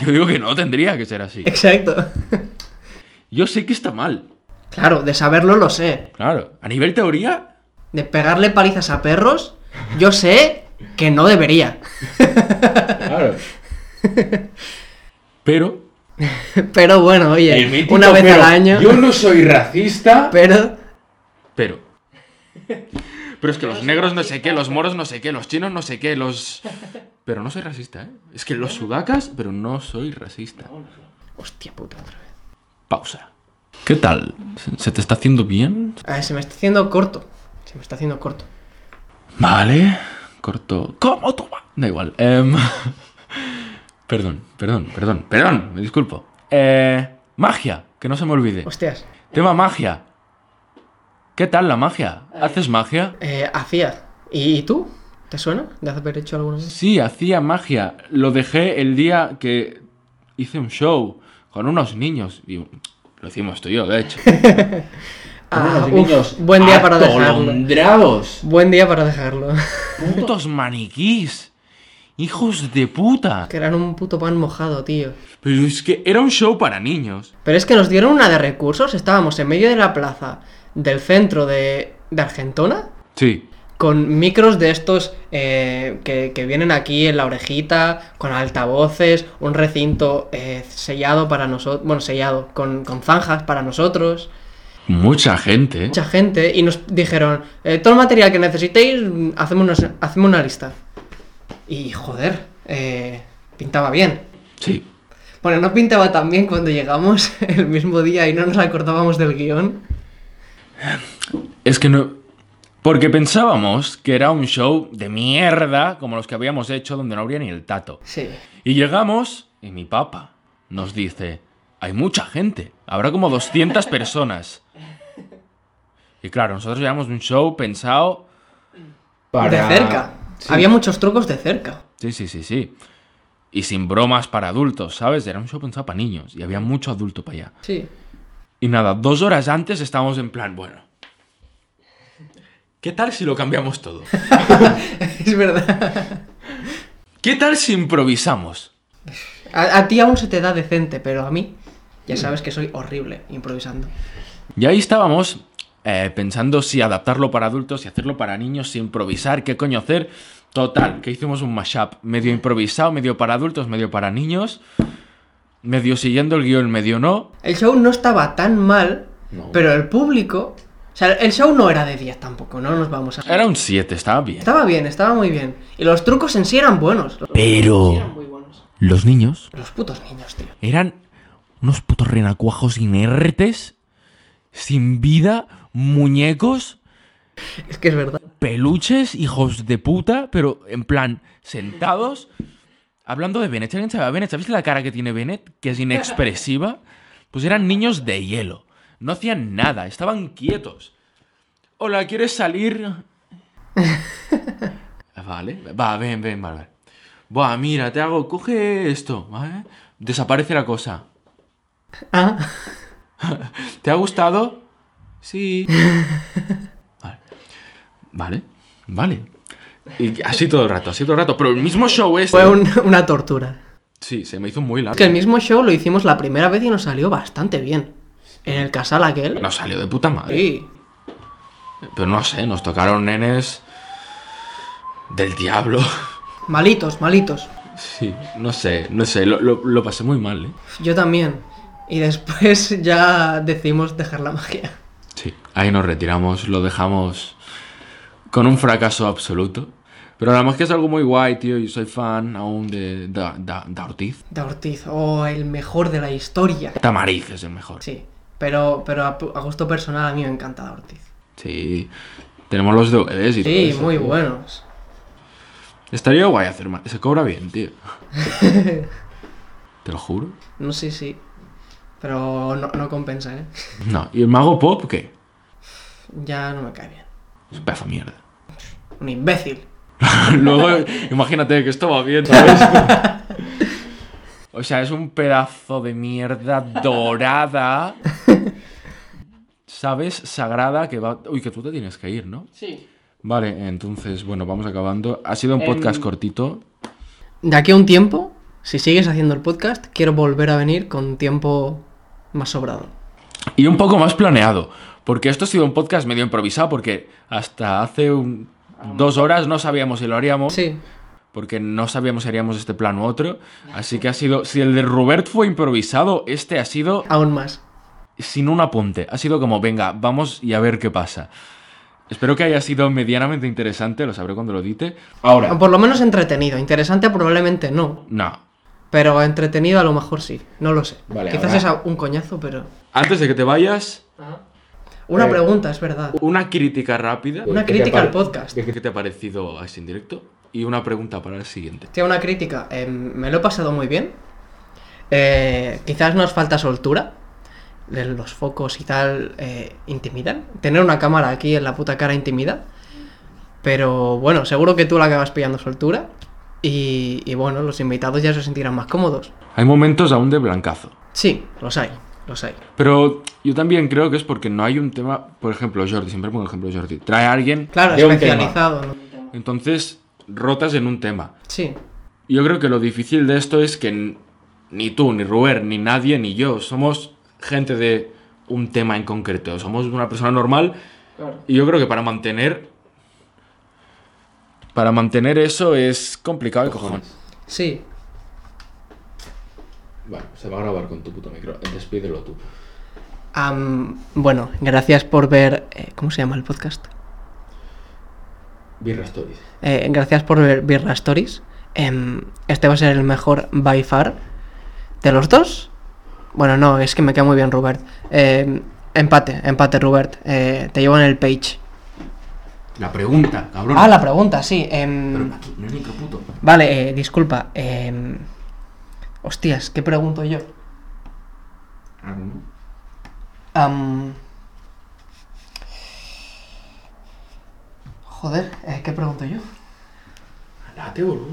Yo digo que no tendría que ser así. Exacto. Yo sé que está mal. Claro, de saberlo lo sé. Claro. A nivel teoría, De pegarle palizas a perros, yo sé que no debería. Claro. pero Pero bueno, El oye, mítico, una vez pero al año. Yo no soy racista. Pero Pero. Pero es que los negros no sé qué, los moros no sé qué, los chinos no sé qué, los... Pero no soy racista, ¿eh? Es que los sudacas, pero no soy racista. Hostia puta, otra vez. Pausa. ¿Qué tal? ¿Se- ¿Se te está haciendo bien? Ah, se me está haciendo corto. Se me está haciendo corto. Vale. Corto. ¿Cómo tú va? Da igual. Em, Perdón, perdón, perdón, perdón, me disculpo. Eh, magia, que no se me olvide. Hostias. Tema magia. ¿Qué tal la magia? ¿Haces magia? Eh, hacías. ¿Y, y tú? ¿Te suena de haber hecho alguna vez? Sí, hacía magia. Lo dejé el día que hice un show con unos niños. Y lo hicimos tú y yo, de hecho. Ah, Unos uf, niños buen día para dejarlo. atolondrados. Buen día para dejarlo. Putos maniquís. Hijos de puta. que eran un puto pan mojado, tío. Pero es que era un show para niños. Pero es que nos dieron una de recursos. Estábamos en medio de la plaza del centro de, de Argentona Sí. con micros de estos eh, que, que vienen aquí en la orejita, con altavoces, un recinto eh, sellado para nosotros, bueno, sellado, con, con zanjas para nosotros, Mucha gente. mucha gente, y nos dijeron, eh, todo el material que necesitéis, mm, hacemos una, hacemos una lista. Y joder, eh, pintaba bien. Sí. Bueno, no pintaba tan bien cuando llegamos el mismo día y no nos acordábamos del guión. Es que no. Porque pensábamos que era un show de mierda como los que habíamos hecho donde no habría ni el tato. Sí. Y llegamos y mi papá nos dice, hay mucha gente, habrá como 200 personas. Y claro, nosotros llevamos un show pensado... Para- De cerca. Sí. Había muchos trucos de cerca. Sí, sí, sí, sí. Y sin bromas para adultos, ¿sabes? Era un show pensado para niños y había mucho adulto para allá. Sí. Y nada, dos horas antes estábamos en plan, bueno... ¿Qué tal si lo cambiamos todo? Es verdad. ¿Qué tal si improvisamos? A, a ti aún se te da decente, pero a mí ya sabes que soy horrible improvisando. Y ahí estábamos eh, pensando si adaptarlo para adultos, si hacerlo para niños, si improvisar, qué coño hacer. Total, que hicimos un mashup medio improvisado, medio para adultos, medio para niños, medio siguiendo el guión, medio no. El show no estaba tan mal, No. pero el público... O sea, el show no era de 10 tampoco, no nos vamos a... Era un 7, estaba bien. Estaba bien, estaba muy bien. Y los trucos en sí eran buenos. Los trucos en sí eran Pero muy buenos. los niños Los putos niños, tío. eran unos putos renacuajos inertes, sin vida, muñecos. Es que es verdad. peluches, hijos de puta, pero en plan, sentados, hablando de Bennett. Si ¿Alguien sabe a Bennett? ¿Sabéis la cara que tiene Bennett? Que es inexpresiva. Pues eran niños de hielo. No hacían nada, estaban quietos. Hola, ¿quieres salir? vale, va, ven, ven, vale. vale. Buah, mira, te hago, coge esto, ¿vale? Desaparece la cosa. Ah, ¿Te ha gustado? Sí. Vale. Vale. Vale. Y así todo el rato, así todo el rato. Pero el mismo show es. fue un- una tortura. Sí, se me hizo muy Es largo. que el mismo show lo hicimos la primera vez y nos salió bastante bien. En el casal aquel. Nos salió de puta madre. Sí. Pero no sé, nos tocaron nenes. Del diablo. Malitos, malitos. Sí, no sé, no sé. Lo, lo- lo pasé muy mal, ¿eh? Yo también. Y después ya decidimos dejar la magia. Sí. Ahí nos retiramos, lo dejamos con un fracaso absoluto. Pero además que es algo muy guay, tío. Yo soy fan aún de Da, da, da Ortiz. Da Ortiz, oh, el mejor de la historia. Tamariz es el mejor. Sí, pero, pero a, pu- a gusto personal a mí me encanta Da Ortiz. Sí. Tenemos los DVDs y todo Sí, eso, muy tío. buenos. Estaría guay hacer más. Se cobra bien, tío. Te lo juro. No sé si. Pero no, no compensa, ¿eh? No. ¿Y el mago pop qué? Ya no me cae bien. Es un pedazo de mierda. Un imbécil. Luego, imagínate que esto va bien, ¿sabes? o sea, es un pedazo de mierda dorada. ¿Sabes? Sagrada que va. Uy, que tú te tienes que ir, ¿no? Sí. Vale, entonces, bueno, vamos acabando. Ha sido un Em, podcast cortito. De aquí a un tiempo, si sigues haciendo el podcast, quiero volver a venir con tiempo más sobrado. Y un poco más planeado, porque esto ha sido un podcast medio improvisado, porque hasta hace un- dos horas no sabíamos si lo haríamos, Sí, porque no sabíamos si haríamos este plan u otro. Así que ha sido, si el de Robert fue improvisado, este ha sido aún más. sin un apunte. Ha sido como, venga, vamos y a ver qué pasa. Espero que haya sido medianamente interesante, lo sabré cuando lo edite. Ahora, Por lo menos entretenido. Interesante probablemente no. No. Pero entretenido a lo mejor sí. No lo sé. Vale, Quizás habrá- es a- un coñazo, pero... Antes de que te vayas, Una Eh, pregunta, es verdad. una crítica rápida. Una ¿qué te crítica al pare- podcast. ¿Qué qué te ha parecido así en directo? y una pregunta para el siguiente. Tiene una crítica. eh, me lo he pasado muy bien. Eh, quizás nos falta soltura. de Los focos y tal eh, intimidan. Tener una cámara aquí en la puta cara intimida. Pero bueno, seguro que tú la acabas pillando soltura. Y, y bueno, los invitados ya se sentirán más cómodos. Hay momentos aún de blancazo. Sí, los hay, los hay. Pero yo también creo que es porque no hay un tema. Por ejemplo, Jordi, siempre pongo el ejemplo de Jordi. Trae a alguien, Claro, De un especializado. ¿no? entonces rotas en un tema. Sí, Yo creo que lo difícil de esto es que n- ni tú, ni Ruber, ni nadie, ni yo somos gente de un tema en concreto. Somos una persona normal y yo creo que para mantener. Para mantener eso es complicado de cojones. sí. Bueno, se va a grabar con tu puto micro. Despídelo tú. Am, bueno, gracias por ver. eh, ¿Cómo se llama el podcast? Birra Stories. Eh, gracias por ver Birra Stories. Em, este va a ser el mejor by far de los dos. Bueno, no, es que me queda muy bien, Robert. Em, empate, empate, Robert. Eh, te llevo en el page. La pregunta, cabrón. Ah, la pregunta, sí. em, Pero aquí, en el micro, puto. vale, eh, disculpa. em, hostias, ¿qué pregunto yo? Ah, bueno. Am, Joder, eh, ¿qué pregunto yo? Andate, boludo.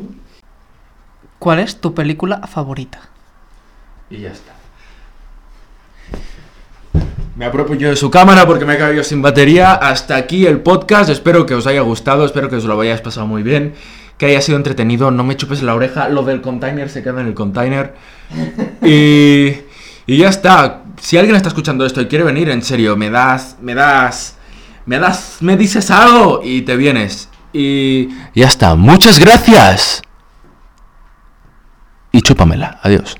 ¿Cuál es tu película favorita? Y ya está. Me apropio yo de su cámara porque me he caído sin batería. Hasta aquí el podcast. Espero que os haya gustado, espero que os lo hayáis pasado muy bien, que haya sido entretenido. No me chupes la oreja, lo del container se queda en el container. Y, y ya está. Si alguien está escuchando esto y quiere venir, en serio, me das, me das, me das, me dices algo y te vienes. Y ya está. Muchas gracias. Y chúpamela. Adiós.